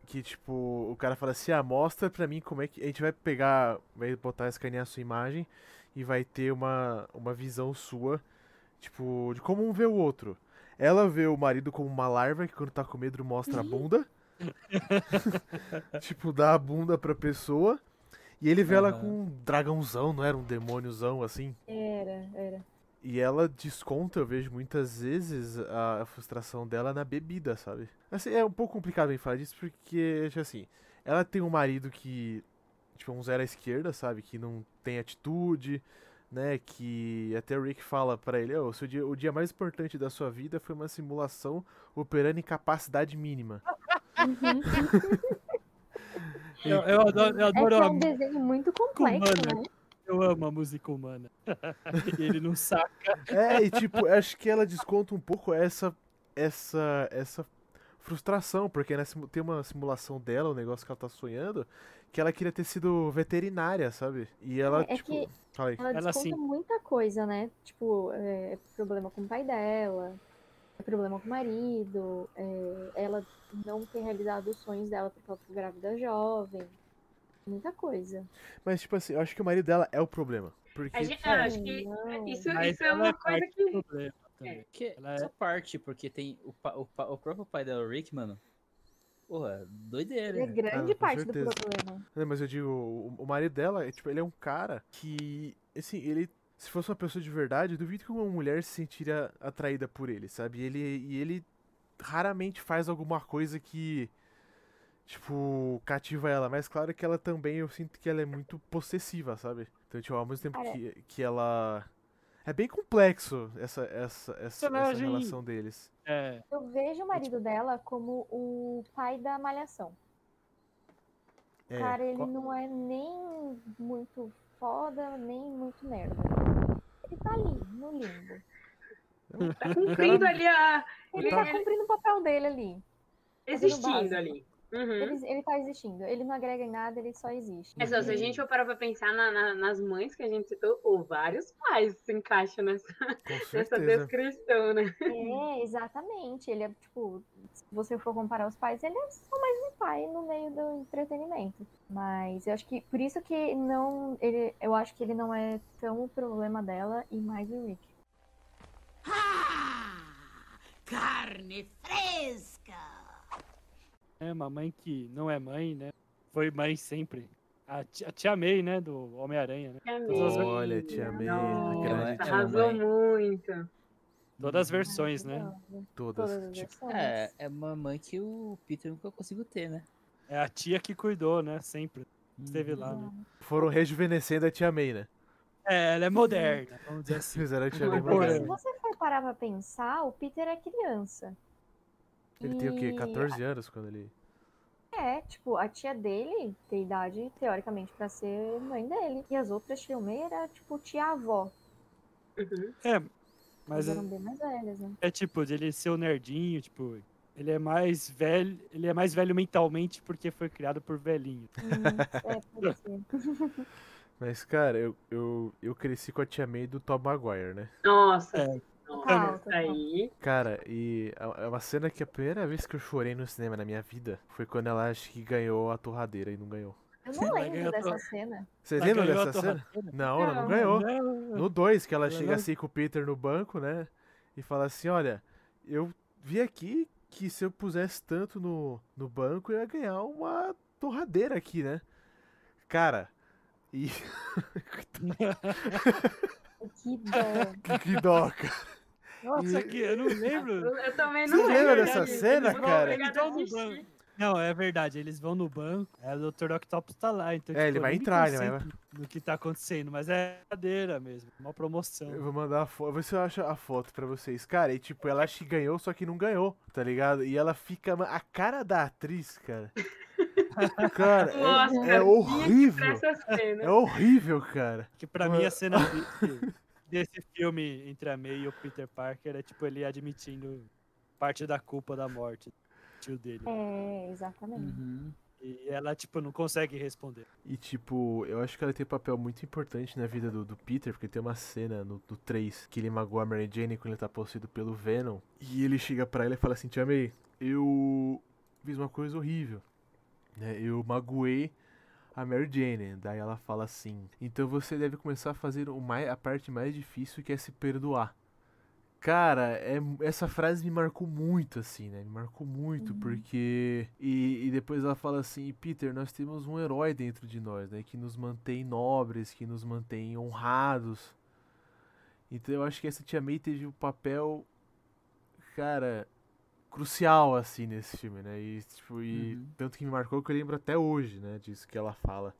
B: Que, tipo, o cara fala assim: ah, mostra pra mim como é que. A gente vai pegar, vai botar, escanear a sua imagem e vai ter uma, uma visão sua, tipo, de como um vê o outro. Ela vê o marido como uma larva que quando tá com medo mostra a bunda. tipo, dá a bunda pra pessoa. E ele vê ela
A: Aham.
B: com um dragãozão, não era? Um demôniozão assim.
D: Era, é. era.
B: E ela desconta, eu vejo muitas vezes, a frustração dela na bebida, sabe? Assim, é um pouco complicado a gente falar disso, porque, tipo assim, ela tem um marido que, tipo, é um zero à esquerda, sabe? Que não tem atitude, né? Que até o Rick fala pra ele, "Ô, seu dia- o dia mais importante da sua vida foi uma simulação operando em capacidade mínima.
D: Uhum.
C: Eu, eu adoro, eu adoro
D: Esse
C: a
D: é um desenho muito complexo,
C: humana.
D: né?
C: Eu amo a música humana. E ele não saca.
B: É, e tipo, acho que ela desconta um pouco essa essa essa frustração, porque né, simu- tem uma simulação dela, um negócio que ela tá sonhando, que ela queria ter sido veterinária, sabe? E ela,
D: É, é
B: tipo,
D: que-
B: fala aí.
D: Ela
C: Ela,
D: desconta
C: assim-
D: muita coisa, né? Tipo, é problema com o pai dela, é problema com o marido, é ela não ter realizado os sonhos dela porque ela ficou grávida jovem. Muita coisa.
B: Mas, tipo assim, eu acho que o marido dela é o problema. Porque.
E: A gente, ah, acho
D: Ai,
E: que
D: não.
E: isso,
C: Mas
E: isso é
C: ela
E: uma
C: é
E: coisa
C: parte do
E: que.
C: problema também.
A: Que
C: Ela é-
A: essa parte, porque tem o, pa- o, pa- o próprio pai dela, o Rick, mano. Porra, doideira. né?
D: É grande
B: com
D: parte
B: certeza.
D: do problema.
B: Não, É, mas eu digo, o, o marido dela, é, tipo, ele é um cara que. Assim, ele. Se fosse uma pessoa de verdade, eu duvido que uma mulher se sentiria atraída por ele, sabe? E ele, e ele raramente faz alguma coisa que. Tipo, cativa ela. Mas claro que ela também, eu sinto que ela é muito possessiva, sabe? Então, tipo, ao mesmo tempo
D: Cara,
B: que, que ela. É bem complexo essa, essa, essa, essa
C: Personagem-
B: relação deles.
C: É,
D: Eu vejo o marido
B: tipo,
D: dela como o pai da malhação.
B: É,
D: Cara, ele
B: qual-
D: não é nem muito foda, nem muito merda. Ele tá ali, no limbo.
E: Tá cumprindo ali a.
D: Ele
B: Tá-
D: tá cumprindo o papel dele ali.
E: existindo ali. Uhum.
D: Ele, ele tá existindo. Ele não agrega em nada, ele só existe.
E: É só, se a gente for parar pra pensar na- na- nas mães que a gente citou, ou vários pais se encaixam nessa,
B: Com
E: nessa
B: certeza.
E: descrição, né?
D: É, exatamente. Ele é, tipo, se você for comparar os pais, ele é só mais um pai no meio do entretenimento. Mas eu acho que, por isso que não, ele, eu acho que ele não é tão o problema dela e mais o Rick.
H: Carne fresca!
C: é uma mãe que não é mãe, né? Foi mãe sempre. A tia, a tia May, né? Do Homem-Aranha, né?
B: Olha, te amei.
E: Nossa,
B: a grande te
E: Arrasou
B: amei.
E: muito.
C: Todas as versões, né?
B: Todas.
D: Todas as
B: tipo,
D: versões.
A: É, é uma mãe que o Peter nunca conseguiu ter, né?
C: É a tia que cuidou, né? Sempre. Esteve lá, né?
B: foram rejuvenescendo a Tia May, né?
C: É, ela é moderna, vamos dizer assim.
B: Fizeram a Tia May
C: Não,
D: Porque
B: moderna.
D: se você for parar pra pensar, o Peter é criança.
B: Ele tem o quê?
D: E-
B: 14 anos quando ele.
D: É, tipo, a tia dele tem idade, teoricamente, pra ser mãe dele. E as outras tia May era, tipo, tia-avó.
E: Uhum.
C: Mas é,
D: eram bem mais velhas, né?
C: é tipo, de ele ser o nerdinho, tipo, ele é mais velho. Ele é mais velho mentalmente porque foi criado por velhinho.
D: Uhum, é, pode ser.
B: Mas, cara, eu, eu, eu cresci com a Tia May do Tom Maguire, né?
E: Nossa.
C: É.
D: Total,
E: Nossa, aí.
B: Cara, e é é uma cena que a primeira vez que eu chorei no cinema na minha vida foi quando ela acho que ganhou a torradeira e não ganhou.
D: Eu não
C: Vai
D: lembro
C: ganhar
D: dessa
C: tua-
D: cena.
B: Vocês
C: Ela
B: lembram
C: ganhou a
B: dessa cena?
C: torradeira?
B: Não, ela não
E: Não.
B: ganhou.
C: Não.
B: No 2, que ela
C: Ela
B: chega
C: não-
B: assim com o Peter no banco, né? E fala assim: Olha, eu vi aqui que se eu pusesse tanto no, no banco, eu ia ganhar uma torradeira aqui, né? Cara, e.
D: Que dó.
B: que- que dó, cara.
C: Nossa,
B: E-
C: que eu não lembro.
E: Eu, eu também
B: Você
E: não
B: lembra
E: lembro
B: dessa
E: disso.
B: cena,
E: Eu vou
B: cara?
E: obrigada a
C: Eles vão no
E: assistir.
C: banco. Não, é verdade, eles vão no banco, é, o Dr. Octopus tá lá, então
B: É, ele vai
C: eu nem me
B: entrar, ele vai-
C: concentro No que tá acontecendo, mas é cadeira mesmo, uma
B: Eu
C: promoção.
B: vou mandar a foto. Você acha a foto pra vocês. Cara, e tipo, ela acha que ganhou, só que não ganhou, tá ligado? E ela fica. A cara da atriz, cara. Cara,
E: Nossa,
B: é,
E: tinha
B: é
E: que
B: horrível.
E: Essa cena.
B: É horrível, cara.
C: Que pra
B: Uma-
C: mim a cena desse, desse filme entre a May e o Peter Parker é tipo ele admitindo parte da culpa da morte do tio dele.
D: É,
C: Hum.
D: exatamente.
A: Uhum.
C: E ela, tipo, não consegue responder.
B: E, tipo, eu acho que ela tem um papel muito importante na vida do, do Peter, porque tem uma cena no, no 3 que ele magoa a Mary Jane quando ele tá possuído pelo Venom. E ele chega pra ela e fala assim: Tia May, eu fiz uma coisa horrível. né? Eu magoei a Mary Jane. Daí ela fala assim: Então você deve começar a fazer o mai- a parte mais difícil que é se perdoar. Cara, é, essa frase me marcou muito, assim, né? Me marcou muito, porque. E, e depois ela fala assim: Peter, nós temos um herói dentro de nós, né? Que nos mantém nobres, que nos mantém honrados. Então eu acho que essa Tia May teve um papel, cara, crucial, assim, nesse filme, né? E, tipo, e
A: Uhum.
B: tanto que me marcou que eu lembro até hoje, né? Disso que ela fala.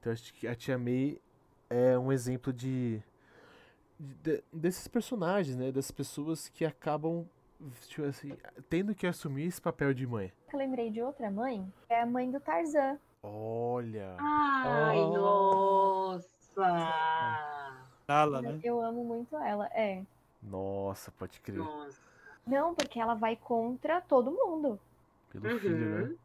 B: Então acho que a Tia May é um exemplo de, de- desses personagens, né? Das pessoas que acabam tipo assim, tendo que assumir esse papel de mãe.
D: Eu lembrei de outra mãe, que é a mãe do Tarzan.
B: Olha,
E: Ai,
C: Oh.
E: nossa!
C: Nala, né?
D: Eu amo muito ela. É.
B: nossa, pode crer,
E: Nossa.
D: Não, porque ela vai contra todo mundo
B: pelo filho, né?
E: Uhum.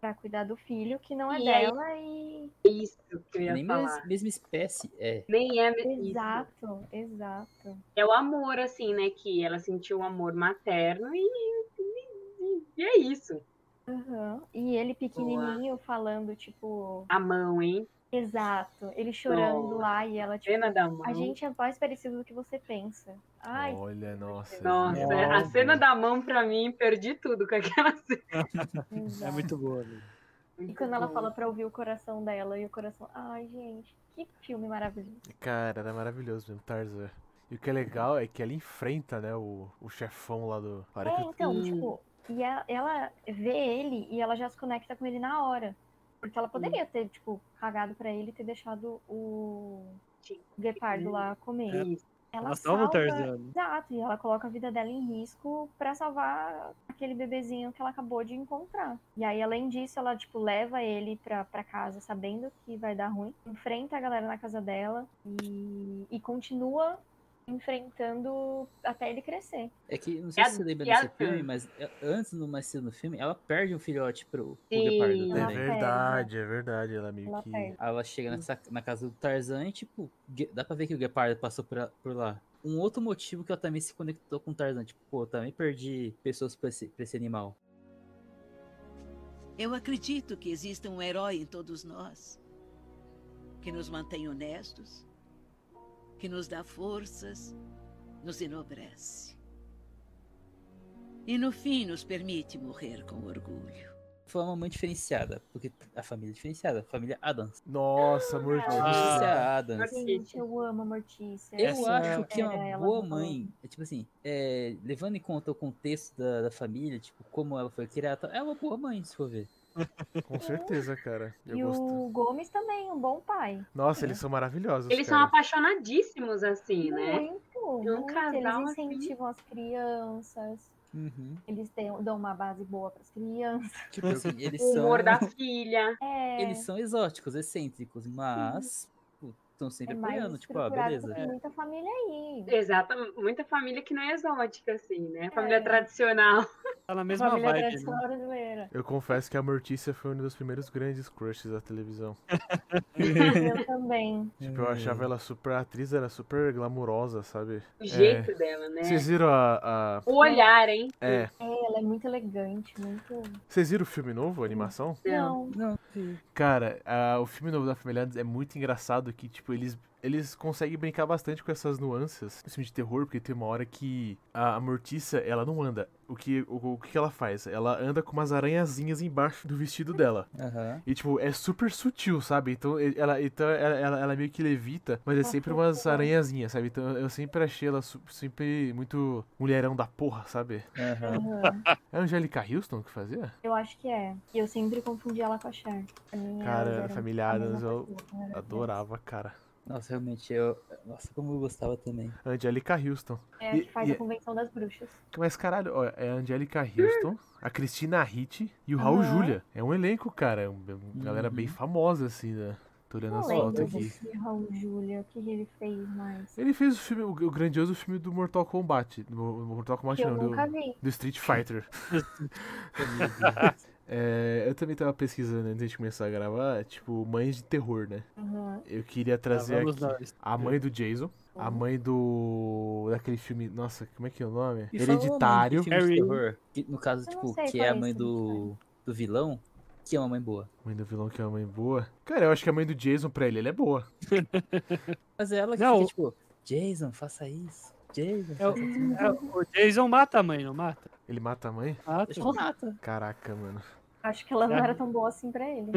D: pra cuidar do filho que não é
E: E aí-
D: dela e.
E: Isso que eu ia
A: Nem
E: falar.
A: mes- mesma espécie. É.
E: Nem é isso.
D: Exato, exato.
E: É o amor, assim, né? Que ela sentiu o amor materno e, e- e é isso.
D: Aham. E ele pequenininho falando, tipo.
E: A mão, hein?
D: Exato. Ele chorando
E: Nossa.
D: lá e ela, tipo.
E: Cena da mão.
D: A gente é mais parecido do que você pensa. Ai,
B: Olha, nossa.
E: Nossa,
C: Nossa.
E: a cena da mão pra mim, perdi tudo com aquela cena.
C: É
D: exato.
C: muito boa, né?
D: E quando ela fala pra ouvir o coração dela e o coração. Ai, gente, que filme maravilhoso.
B: Cara, era maravilhoso mesmo, Tarzan. E o que é legal é que ela enfrenta, né, o, o chefão lá do. a hora
D: É,
B: que o-
D: então,
E: Hum.
D: tipo, e a- ela vê ele e ela já se conecta com ele na hora. Porque ela poderia ter, tipo, cagado pra ele e ter deixado o
E: Sim. É,
D: guepardo lá comer.
E: Isso.
D: Ela,
C: Ela salva
D: salva
C: o Tarzan. né?
D: Exato, e ela coloca a vida dela em risco pra salvar aquele bebezinho que ela acabou de encontrar. E aí, além disso, ela, tipo, leva ele pra, pra casa sabendo que vai dar ruim, enfrenta a galera na casa dela e, e continua enfrentando até ele crescer.
A: É que, não sei
E: É
A: se você lembra
E: a- é a
A: desse filme,
E: Sam.
A: mas é, antes, no mais cedo no filme, ela perde um filhote pro, pro
E: Sim.
A: Guepardo
E: Ela
B: É
A: também.
B: verdade, é verdade. Ela meio
D: Ela
B: que.
D: perde.
A: Aí Ela chega nessa, na casa do Tarzan e, tipo, gue- dá pra ver que o Guepardo passou por, a- por lá. Um outro motivo que ela também se conectou com o Tarzan, tipo, pô, eu também perdi pessoas pra esse, pra esse animal.
H: Eu acredito que exista um herói em todos nós que nos mantém honestos, que nos dá forças, nos enobrece. E no fim nos permite morrer com orgulho.
A: Foi uma mãe diferenciada, porque a família é diferenciada, a família Adams.
B: Nossa, Mortícia.
A: Mortícia Adams.
D: Gente, eu amo a Mortícia.
A: Eu
C: Essa-
A: acho que é
D: Era
A: uma
D: ela
A: boa
D: que falou.
A: mãe, é, tipo assim, é, levando em conta o contexto da, da família, tipo, como ela foi criada, é uma boa mãe, se for ver.
B: Com certeza, cara. Eu
D: E
B: gosto.
D: o Gomes também, um bom pai.
B: Nossa, eles são maravilhosos.
E: Eles são
B: cara.
E: apaixonadíssimos, assim, né?
D: Muito,
A: um
D: muito.
E: casal,
D: Eles
E: assim.
D: incentivam as crianças, eles têm- dão uma base boa pras crianças.
A: Tipo assim, eles
E: O humor
A: são,
E: da filha.
D: É...
A: eles são exóticos, excêntricos, mas estão sempre
D: É
A: apoiando,
D: mais
A: tipo, ah,
D: estruturado
A: beleza.
D: que tem muita família aí.
C: É,
E: Exatamente. Muita família que não é exótica, assim, né? Família
D: É.
E: tradicional.
C: Tá na mesma
D: família
C: vibe, né?
D: tradicional brasileira.
B: Eu confesso que a Mortícia foi um dos primeiros grandes crushes da televisão.
D: Eu também.
B: Tipo, eu achava ela super. A atriz era super glamurosa, sabe?
E: O jeito dela, né?
B: Vocês viram a. a-
E: O olhar, hein?
B: É.
D: É, ela é muito elegante, muito.
B: Vocês viram o filme novo, a animação?
C: É.
E: Não.
D: Não.
A: Não,
B: Cara, a- o filme novo da Família Adams é muito engraçado que, tipo, eles, eles conseguem brincar bastante com essas nuances. Esse filme de terror, porque tem uma hora que a, a Mortícia, ela não anda. O que, o, o que ela faz? Ela anda com umas aranhazinhas embaixo do vestido dela.
A: aham.
B: E, tipo, é super sutil, sabe? Então, e- ela, então ela, ela, ela meio que levita,
D: Ah,
B: mas é sempre umas aranhazinhas, sabe? Então, eu sempre achei ela su- sempre muito mulherão da porra, sabe?
A: aham.
D: Aham.
B: É a Angélica Houston que fazia?
D: Eu acho que é. E eu sempre confundi ela com a Cher. Pra mim,
B: Cara,
D: É, elas eram
B: Família
D: a mesma
B: Adams, eu
D: pessoa, né? quando era
B: Adorava, cara.
A: Nossa, realmente, eu. Nossa, como eu gostava também.
B: Angélica Houston.
D: criança. É a que
B: E-
D: faz
B: e-
D: a convenção das bruxas.
B: Mas caralho, ó, é a Angélica Houston, a Cristina Hitt e o Raul
D: Aham. Uhum.
B: Júlia. É um elenco, cara. É uma galera bem famosa, assim, né? Tô olhando
D: Não é,
B: as
D: lembro
B: fotos
A: foto
B: aqui.
D: desse Raul Júlia, o que ele fez mais.
B: Ele fez o filme, o, o grandioso filme do Mortal Kombat. Do do Mortal Kombat
D: Que eu
B: não, do,
D: nunca vi.
B: do Street Fighter. É, eu também tava pesquisando antes de começar a gravar, tipo, mães de terror, né?
D: Aham.
B: Eu queria
C: Tá,
B: trazer
C: vamos
B: aqui
C: nós.
B: a mãe do Jason, a
D: Uhum.
B: mãe do. daquele filme. Nossa, como é que é o
A: E fala
B: nome?
A: uma mãe de
B: Hereditário.
A: filme de
C: Harry.
A: terror, que, no caso,
D: Eu não
A: tipo,
D: sei
A: que
D: qual
A: é a
D: é
A: mãe
D: esse filme
A: do, do vilão, que é uma mãe boa.
B: Mãe do vilão que é uma mãe boa. Cara, eu acho que a mãe do Jason pra ele, ela é boa.
A: Mas é ela que
C: Não,
A: fica, tipo, Jason, faça isso. Jason,
C: É o-
A: faça aquilo."
C: É, o Jason mata a mãe, não mata?
B: Ele mata a mãe?
C: Mata.
A: Acho que mata.
B: Caraca, mano.
D: Acho que ela não
B: Ah.
C: É.
D: era tão boa assim pra ele.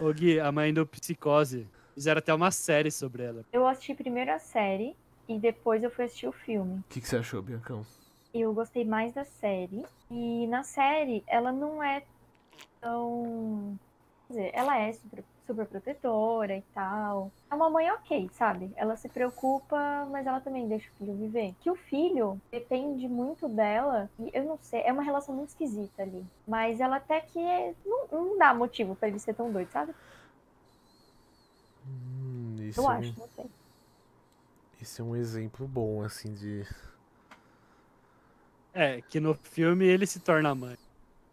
C: Ô Gui, a mãe do Psicose. Fizeram até uma série sobre ela.
D: Eu assisti primeiro a série e depois eu fui assistir o filme.
B: O que, que você achou, Biancão?
D: Eu gostei mais da série. E na série, ela não é tão dizer, ela é super, super protetora e tal. É uma mãe ok, sabe? Ela se preocupa, mas ela também deixa o filho viver. Que o filho depende muito dela, e eu não sei, é uma relação muito esquisita ali. Mas ela até que é- não, não dá motivo pra ele ser tão doido, sabe?
B: Hum, isso,
D: Eu
B: é um-
D: acho, não sei.
B: isso é um exemplo bom, assim, de.
C: É, que no filme ele se torna mãe.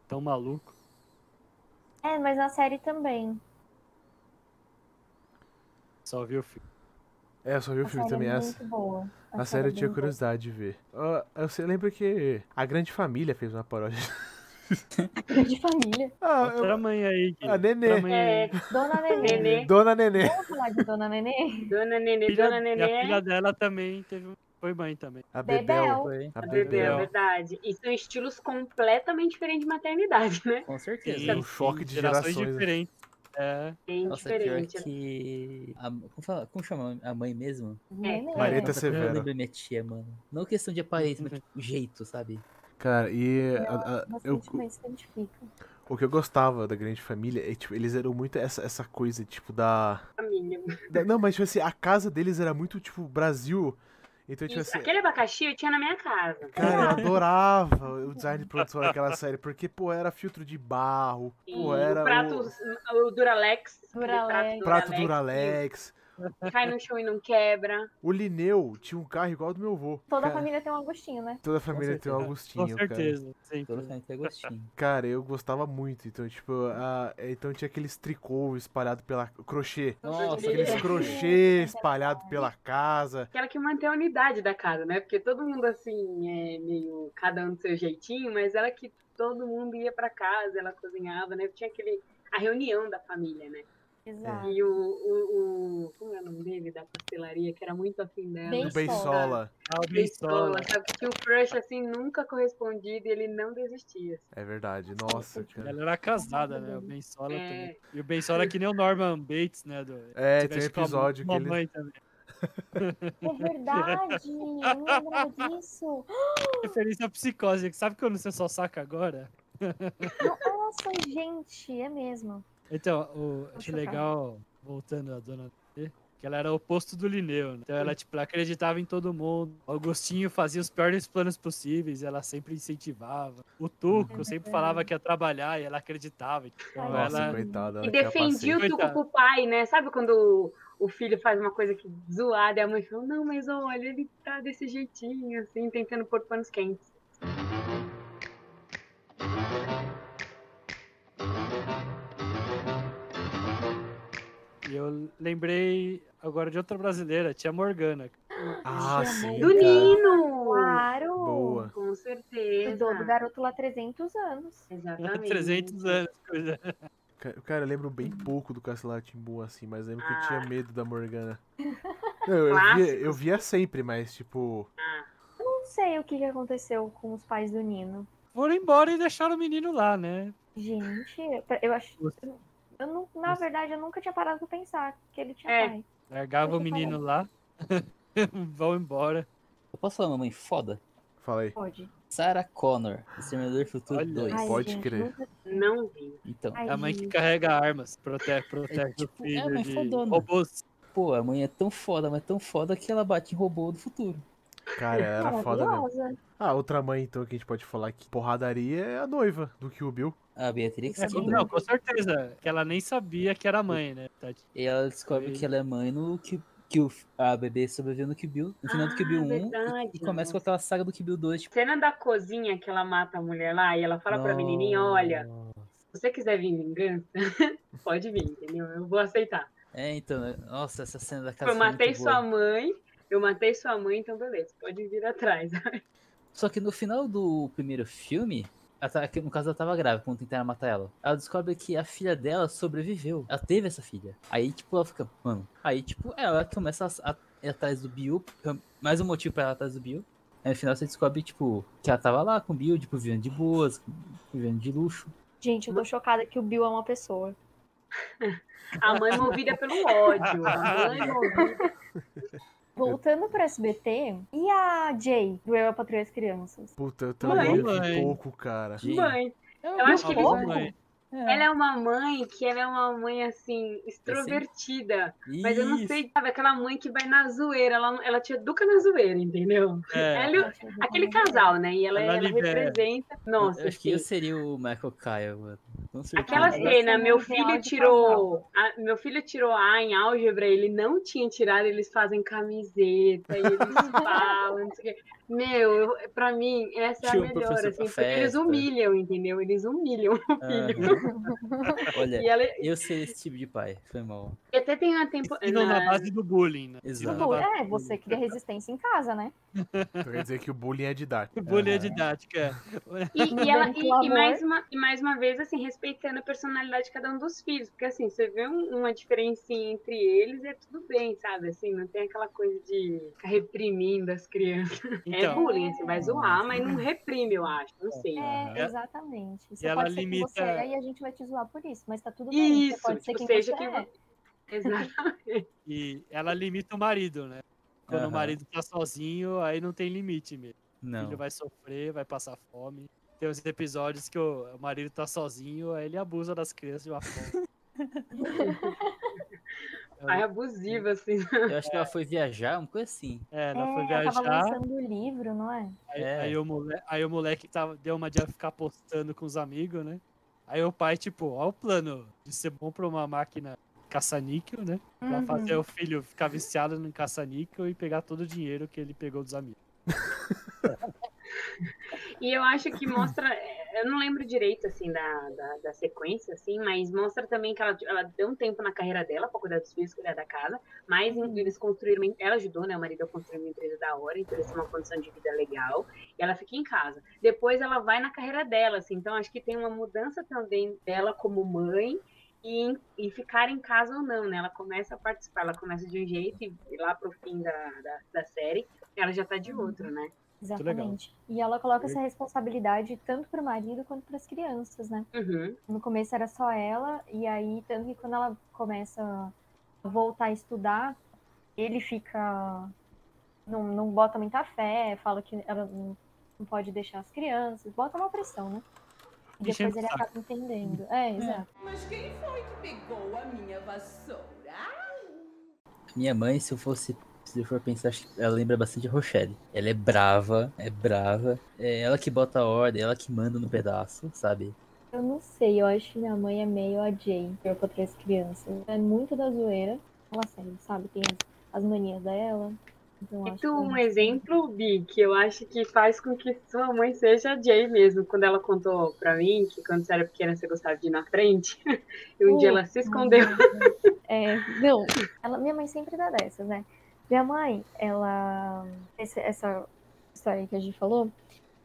C: Tão maluco.
D: É, mas na série também.
C: Só viu o filme.
B: É, eu só vi o
D: A
B: filme
D: série
B: também.
D: é
B: essa.
D: muito boa.
B: A série eu
D: é
B: tinha
D: bem boa.
B: curiosidade de ver. Ah, Eu, sei- lembro que a Grande Família fez uma paródia.
D: De família.
B: Ah, eu- Ah,
C: Outra mãe aí, Gui.
B: a Nenê.
C: Outra mãe aí.
E: É,
D: Dona Nenê.
E: Nenê,
B: Dona Nenê.
D: Vamos falar de Dona Nenê?
E: Dona Nenê,
C: Filha-
E: Dona
C: e a filha
E: Nenê. é.
C: dela também teve, um- foi mãe também.
B: A
D: Bebel.
B: Bebel.
A: Foi,
B: A
E: Bebel, é
B: Bebel.
E: verdade. E são estilos completamente diferentes de maternidade, né?
A: com certeza.
B: Sim. um choque de gerações, né?
C: diferentes. É,
E: Bem
A: Nossa,
E: diferente. né?
A: pior que. a- como, fala- como chama a mãe mesmo?
D: Nenê.
B: Marieta
A: Nossa, como Eu
B: Severo.
A: lembro minha tia, mano. Não questão de aparência, mas tipo, jeito, sabe?
B: Cara, e é, a- a-
D: Você
B: eu-
D: se identifica.
B: o que eu gostava da Grande Família é tipo, eles eram muito essa, essa coisa, tipo, da,
E: né, Família.
B: da- Não, mas tipo assim, a casa deles era muito, tipo, Brasil. Então, tipo
E: Isso,
B: assim.
E: Aquele abacaxi eu tinha na minha casa.
B: Cara, eu adorava o design de produção daquela série, porque, pô, era filtro de barro,
E: E
B: pô,
E: o
B: era
E: prato,
B: o
E: o Duralex. aquele
D: Duralex.
B: prato Duralex.
E: que Cai no chão e não quebra.
B: O Lineu tinha um carro igual ao do meu avô.
D: Toda
B: Cara,
D: família tem um Agostinho, né?
B: Toda a família tem o
C: certeza.
B: Augustinho,
C: com certeza. sempre.
A: Toda a família tem gostinho.
B: cara. Cara, eu gostava muito. Então, tipo, a- então tinha aqueles tricô espalhado pela... Crochê.
A: Nossa,
E: Aquele é
B: Aqueles
A: aquele
B: crochê espalhado pela casa.
E: Aquela que mantém a unidade da casa, né? Porque todo mundo, assim, é meio. Cada um do seu jeitinho, mas ela que todo mundo ia pra casa, ela cozinhava, né? Tinha aquele. A reunião da família, né?
D: Exato.
B: É.
E: E o. o, o- como é o nome dele? Da pastelaria, que era muito afim dela.
D: Bem-
B: Do
D: Beisola.
B: Beisola.
C: Alvin Sola.
E: Pistola, sabe? Que tinha um crush, assim, nunca correspondido e ele não desistia. assim.
B: É verdade. Nossa, cara.
C: Ela era casada, né? O Ben Sola
E: É.
C: também. E o Ben Sola é que nem o Norman Bates, né? Do...
B: É,
C: Tivesse
B: tem um
C: com a
B: episódio que ele...
C: mamãe também.
D: É verdade! Eu não lembrava disso!
C: Referência à psicose. Sabe quando você só saca agora?
D: Nossa, gente, é mesmo.
C: Então, o, acho
D: chocada.
C: legal, voltando à dona T, que ela era o oposto do Linneu. né? Então ela, tipo, ela acreditava em todo mundo. O Agostinho fazia os piores planos possíveis, ela sempre incentivava. O Turco
A: Uhum.
C: sempre falava que ia trabalhar e ela acreditava. Então
D: Ai,
B: Nossa,
C: ela.
B: coitada.
E: E
B: ela tinha
E: defendia o
B: paciência.
E: Tuco
C: Coitado.
E: pro pai, né? Sabe quando o, o filho faz uma coisa que zoada e a mãe fala, não, mas olha, ele tá desse jeitinho, assim, tentando pôr panos quentes.
C: E eu lembrei agora de outra brasileira, tia Morgana.
B: Ah,
D: Tinha
B: sim,
D: muito-
E: Do
B: cara.
E: Nino!
D: Claro!
B: Boa.
E: Com certeza.
D: Cuidou Ah. do garoto lá há 300 anos.
E: Exatamente.
C: 300 anos. coisa.
B: Ca- Cara, eu lembro bem pouco do Castelo Timbu assim, mas lembro que eu
E: Ah.
B: tinha medo da Morgana. Não, eu, via, eu
E: Clássicos.
B: via sempre, mas tipo.
D: Não sei o que que aconteceu com os pais do Nino.
C: Foram embora e deixaram o menino lá, né?
D: Gente, eu acho.
C: Você-
D: Eu não, na verdade, eu nunca tinha parado pra pensar que ele tinha
E: É.
D: pai.
C: Largava o menino lá, vão embora.
A: Eu posso falar uma mãe foda?
B: Falei.
D: Pode.
A: Sarah Connor, Exterminador do Futuro
C: Olha.
A: 2.
D: Ai,
B: Pode
D: gente,
B: crer.
D: nunca-
E: Não vi.
A: Então,
D: Ai,
C: É a mãe que
D: gente.
C: carrega armas, protege, protege
A: tipo,
C: o
A: é a
C: filho
A: mãe
C: de
A: fodona.
C: robôs.
A: pô, a mãe é tão foda, mas tão foda que ela bate em robô do futuro.
B: Cara, ela era foda mesmo.
D: Maravilhosa.
B: Ah, outra mãe, então, que a gente pode falar que porradaria é a noiva do Kill Bill.
A: A Beatrix
C: É,
A: Kiddo.
C: não, com certeza. Que ela nem sabia que era mãe, né? Tá, tipo,
A: E ela descobre
C: Sim.
A: que ela é mãe no que, que o, a bebê sobreviveu no Kill Bill, no final do Kill
E: Ah,
A: Bill 1
E: verdade,
A: e, e começa com aquela saga do Kill Bill 2, tipo,
E: Cena da cozinha que ela mata a mulher lá e ela fala pra menininha, olha, se você quiser vir vingança, pode vir, entendeu? Eu vou aceitar.
A: é, então, é- nossa, essa cena da casa
E: Eu
A: foi muito
E: matei
A: boa.
E: sua mãe, eu matei sua mãe, então beleza, pode vir atrás.
A: Só que no final do primeiro filme, ela tá- que no caso ela tava grávida quando tentaram matar ela. Ela descobre que a filha dela sobreviveu. Ela teve essa filha. Aí, tipo, ela fica, mano. Aí, tipo, ela começa a, a ir atrás do Bill. Mais um motivo pra ela ir atrás do Bill. Aí no final você descobre, tipo, que ela tava lá com o Bill, tipo, vivendo de boas, vivendo de luxo.
D: Gente, eu tô chocada que o Bill é uma pessoa.
E: A mãe movida pelo ódio. A mãe movida.
D: Voltando pro SBT, e a Jay, do Eu, a Patrulha e as Crianças?
B: Puta, eu também
C: Mãe.
B: vi
C: Mãe.
B: pouco, cara.
A: Jane.
E: Mãe.
C: é
E: Eu acho que
C: uma
E: eles-
C: mãe.
E: Ela é uma mãe que ela é uma mãe assim, extrovertida. Mas eu não sei, sabe, aquela mãe que vai na zoeira, ela, ela te educa na zoeira, entendeu?
A: É,
E: Ela e o- aquele casal, né? E ela,
C: Ela
E: ela
C: libera.
E: representa.
A: eu
E: Nossa,
A: acho que eu
E: assim,
A: seria o Michael Kyle, mano. Com certeza.
E: Aquela
D: Ela
E: cena,
D: sendo
E: meu
D: um real
E: filho
D: de
E: tirou. a- meu filho tirou A em álgebra, ele não tinha tirado, eles fazem camiseta, e eles falam, não sei o quê. Meu, eu- pra mim, essa é
A: Tinha
E: a
A: um
E: melhor,
A: professor
E: assim,
A: pra
E: porque eles
A: festa.
E: humilham, entendeu? Eles humilham.
A: Aham. Olha,
E: E ela,
A: eu seria esse tipo de pai. Foi mal.
E: e até tem uma tempo.
C: Ensinam na base do bullying, né? Ensinam
A: Exato.
C: na
D: Tipo,
C: base
D: é,
C: do
D: você
C: bullying.
D: cria resistência em casa, né?
B: Então Quer dizer que o bullying é didático.
C: Bullying é didática. é.
E: E, e ela-
D: Vem
E: e-
D: com
E: e
D: amor.
E: mais uma, e mais uma vez, assim, respeitando a personalidade de cada um dos filhos. Porque, assim, você vê um- uma diferencinha entre eles e é tudo bem, sabe? Assim, não tem aquela coisa de ficar reprimindo as crianças. é
C: Então,
E: bullying, assim, vai zoar, mas não reprime, eu acho. assim. Não sei.
D: É,
C: Ela-
D: exatamente. Você
C: e ela
D: pode ser quem você
C: limita-
D: é e a gente vai te zoar por isso, mas tá tudo bem.
E: Isso,
D: você pode ser
E: tipo,
D: quem
E: seja
D: você
E: quem
D: é.
E: você. Exato.
C: e ela limita o marido, né? Quando
A: Aham.
C: o marido tá sozinho, aí não tem limite mesmo. O
A: Não.
C: filho vai sofrer, vai passar fome. Tem uns episódios que o o marido tá sozinho, aí ele abusa das crianças de uma forma.
E: Aí é abusivo, assim.
A: Eu acho que ela foi viajar, uma coisa assim.
C: É, ela foi
D: É, tava
C: viajar,
D: lançando o livro, não é?
C: aí,
A: É.
C: aí o moleque, aí o moleque tava, deu uma de ficar postando com os amigos, né? Aí o pai, tipo, ó o plano de ser bom pra uma máquina caça-níquel, né? Pra
D: Uhum.
C: fazer o filho ficar viciado no caça-níquel e pegar todo o dinheiro que ele pegou dos amigos.
E: E eu acho que mostra. é, Eu não lembro direito, assim, da, da, da sequência, assim, mas mostra também que ela, ela deu um tempo na carreira dela pra cuidar dos filhos, cuidar da casa. Mas em- eles construíram. uma em- Ela ajudou, né? O marido a construir uma empresa da hora, então eles têm uma condição de vida legal. E ela fica em casa. Depois ela vai na carreira dela, assim. Então acho que tem uma mudança também dela como mãe. E, em- e ficar em casa ou não, né? Ela começa a participar, ela começa de um jeito e e lá pro fim da, da, da série, ela já tá de outro, né?
C: legal.
D: Exatamente. E ela coloca essa responsabilidade tanto pro marido quanto pras crianças, né?
E: Uhum.
D: No começo era só ela, e aí, tanto que quando ela começa a voltar a estudar, ele fica. Não, não bota muita fé, fala que ela não não pode deixar as crianças, bota uma pressão, né? E
C: Enchendo
D: depois ele
C: o saco.
D: acaba entendendo. É, exato.
I: Mas quem foi que pegou a minha vassoura?
A: Minha mãe, se eu fosse. Se eu for pensar, acho que ela lembra bastante a Rochelle. Ela é brava, é brava. É ela que bota a ordem, ela que manda no pedaço, sabe?
D: Eu não sei, eu acho que minha mãe é meio a Jane, eu pra três crianças. É muito da zoeira. Ela sério, sabe? Tem as, as manias dela. Então, acho
E: E
D: que
E: tu, um
D: ela-
E: exemplo, Bi, que eu acho que faz com que sua mãe seja a Jay mesmo. Quando ela contou pra mim que quando você era pequena você gostava de ir na frente, e um dia ela se escondeu.
D: É, não, ela- minha mãe sempre dá dessas, né? Minha mãe, ela. esse- essa história aí que a gente falou,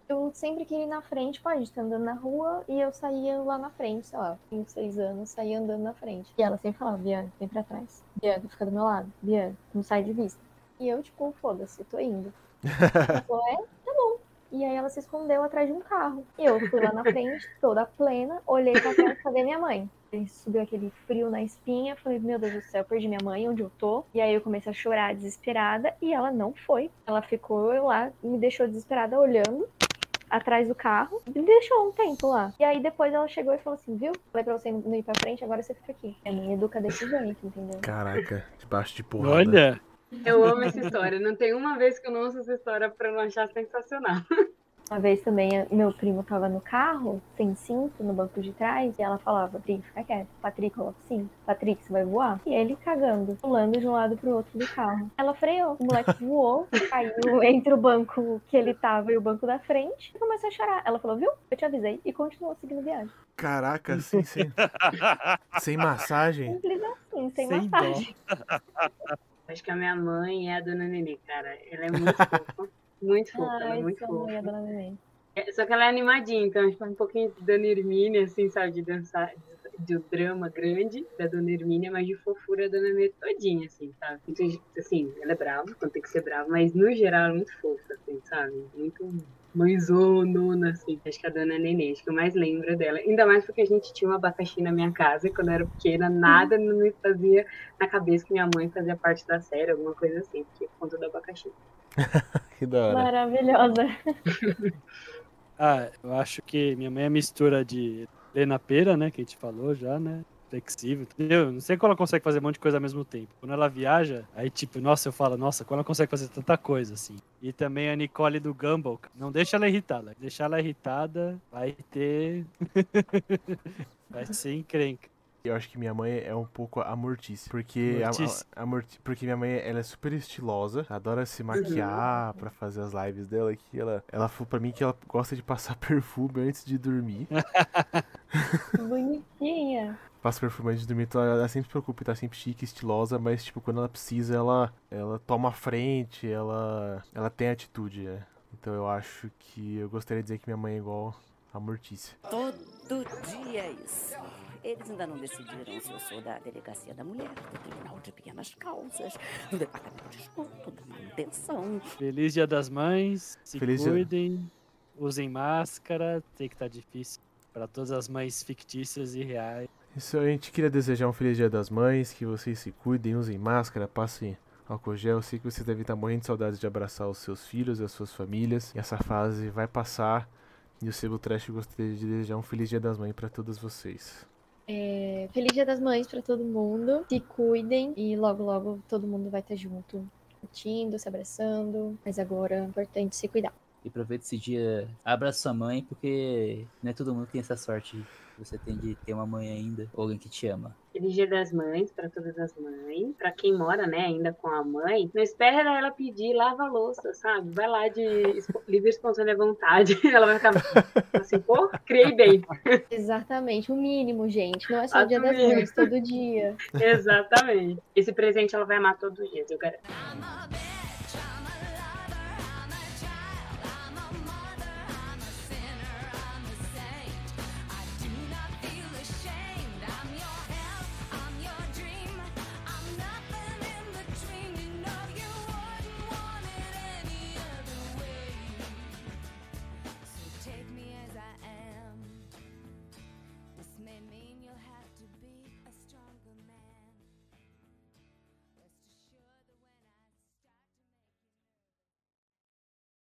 D: eu sempre queria ir na frente, pô, a gente tá andando na rua e eu saía lá na frente, sei lá, 5, 6 anos, saía andando na frente. E ela sempre falava, Bianca, vem pra trás. Bianca, fica do meu lado. Bianca, não sai de vista. E eu, tipo, foda-se, tô indo. Ela falou, é, tá bom. E aí ela se escondeu atrás de um carro. E eu fui lá na frente, toda plena, olhei pra trás, cadê minha mãe? Aí subiu aquele frio na espinha. Falei, meu Deus do céu, perdi minha mãe, onde eu tô? E aí eu comecei a chorar desesperada e ela não foi. Ela ficou eu lá, me deixou desesperada olhando atrás do carro e me deixou um tempo lá. E aí depois ela chegou e falou assim, viu? Falei pra você não ir pra frente, agora você fica aqui. Minha mãe educa desse jeito, entendeu?
B: É, Caraca, debaixo de porrada.
C: Olha!
E: Eu amo essa história. Não tem uma vez que eu não ouço essa história pra não achar sensacional.
D: Uma vez também, eh, meu primo tava no carro, sem cinto, no banco de trás, e ela falava, Pri, fica quieto. Patrick, coloca o cinto. Patrick, você vai voar? E ele cagando, pulando de um lado pro outro do carro. Ela freou, o moleque voou, caiu entre o banco que ele tava e o banco da frente, e começou a chorar. Ela falou, viu? Eu te avisei, e continuou seguindo viagem.
B: Caraca, assim, sem, sem massagem.
D: Simples assim, sem,
C: Sem dó.
D: massagem.
E: Acho que a minha mãe é a dona Nenê, cara. Ela é muito fofa. Muito fofa, ela é
D: Ai,
E: muito
D: sua
E: fofa.
D: mãe, a dona Neném.
E: É, Só que ela é animadinha, então tipo, um pouquinho de Dona Hermínia, assim, sabe? De dançar, de, do drama grande da Dona Hermínia, mas de fofura da Dona Hermínia todinha, assim, sabe? Então, assim, ela é brava, então tem que ser brava, mas no geral ela é muito fofa, assim, sabe? Muito mãezonona, assim. Acho que a Dona Nenê, acho que eu mais lembro dela. Ainda mais porque a gente tinha um abacaxi na minha casa e quando eu era pequena, nada me fazia na cabeça que minha mãe fazia parte da série, alguma coisa assim, porque por conta do abacaxi.
B: Que da hora.
D: Maravilhosa.
C: Ah, eu acho que minha mãe é mistura de Plena pera, né? Que a gente falou já, né? Flexível, entendeu? Não sei como ela consegue fazer um monte de coisa ao mesmo tempo. Quando ela viaja, aí tipo, nossa, eu falo, nossa, como ela consegue fazer tanta coisa, assim. E também a Nicole do Gumball, cara, não deixa ela irritada. Deixar ela irritada, vai ter... vai ser encrenca.
B: Eu acho que minha mãe é um pouco a Mortícia. Porque, a-
C: Mortícia.
B: A, a Morti- porque minha mãe ela é super estilosa, adora se maquiar pra fazer as lives dela. Que ela, ela falou pra mim que ela gosta de passar perfume antes de dormir.
D: Bonitinha.
B: Passa perfume antes de dormir, então ela sempre se preocupa, em tá sempre chique, estilosa, mas tipo, quando ela precisa, ela, ela toma a frente, ela, ela tem atitude, né? Então eu acho que eu gostaria de dizer que minha mãe é igual a Mortícia.
J: Todo dia é isso. Eles ainda não decidiram se eu sou da delegacia da mulher, do tribunal de pequenas causas, do departamento de esgoto, da manutenção.
C: Feliz Dia das Mães, se
B: Feliz Dia-
C: cuidem, usem máscara, sei que tá difícil pra todas as mães fictícias e reais.
B: Isso, a gente queria desejar um feliz dia das mães, que vocês se cuidem, usem máscara, passem álcool gel. Eu sei que vocês devem estar morrendo de saudade de abraçar os seus filhos e as suas famílias. E essa fase vai passar. E o Sebo Trash gostaria de desejar um feliz dia das mães pra todas vocês.
D: É, Feliz Dia das Mães pra todo mundo. Se cuidem e logo, logo todo mundo vai estar junto. Curtindo, se abraçando. Mas agora é importante se cuidar.
A: E aproveita esse dia, abra sua mãe, porque não é todo mundo que tem essa sorte. Você tem de ter uma mãe ainda, ou alguém que te ama.
E: Feliz Dia das Mães para todas as mães. Para quem mora, né, ainda com a mãe, não espera ela pedir, lava a louça, sabe? Vai lá de espo- livre e espontânea vontade. Ela vai ficar assim, pô, criei bem.
D: Exatamente, o mínimo, gente. Não é só o
E: Ah,
D: Dia
E: o
D: das
E: mínimo.
D: Mães, todo dia.
E: Exatamente. Esse presente ela vai amar todo dia, eu garanto.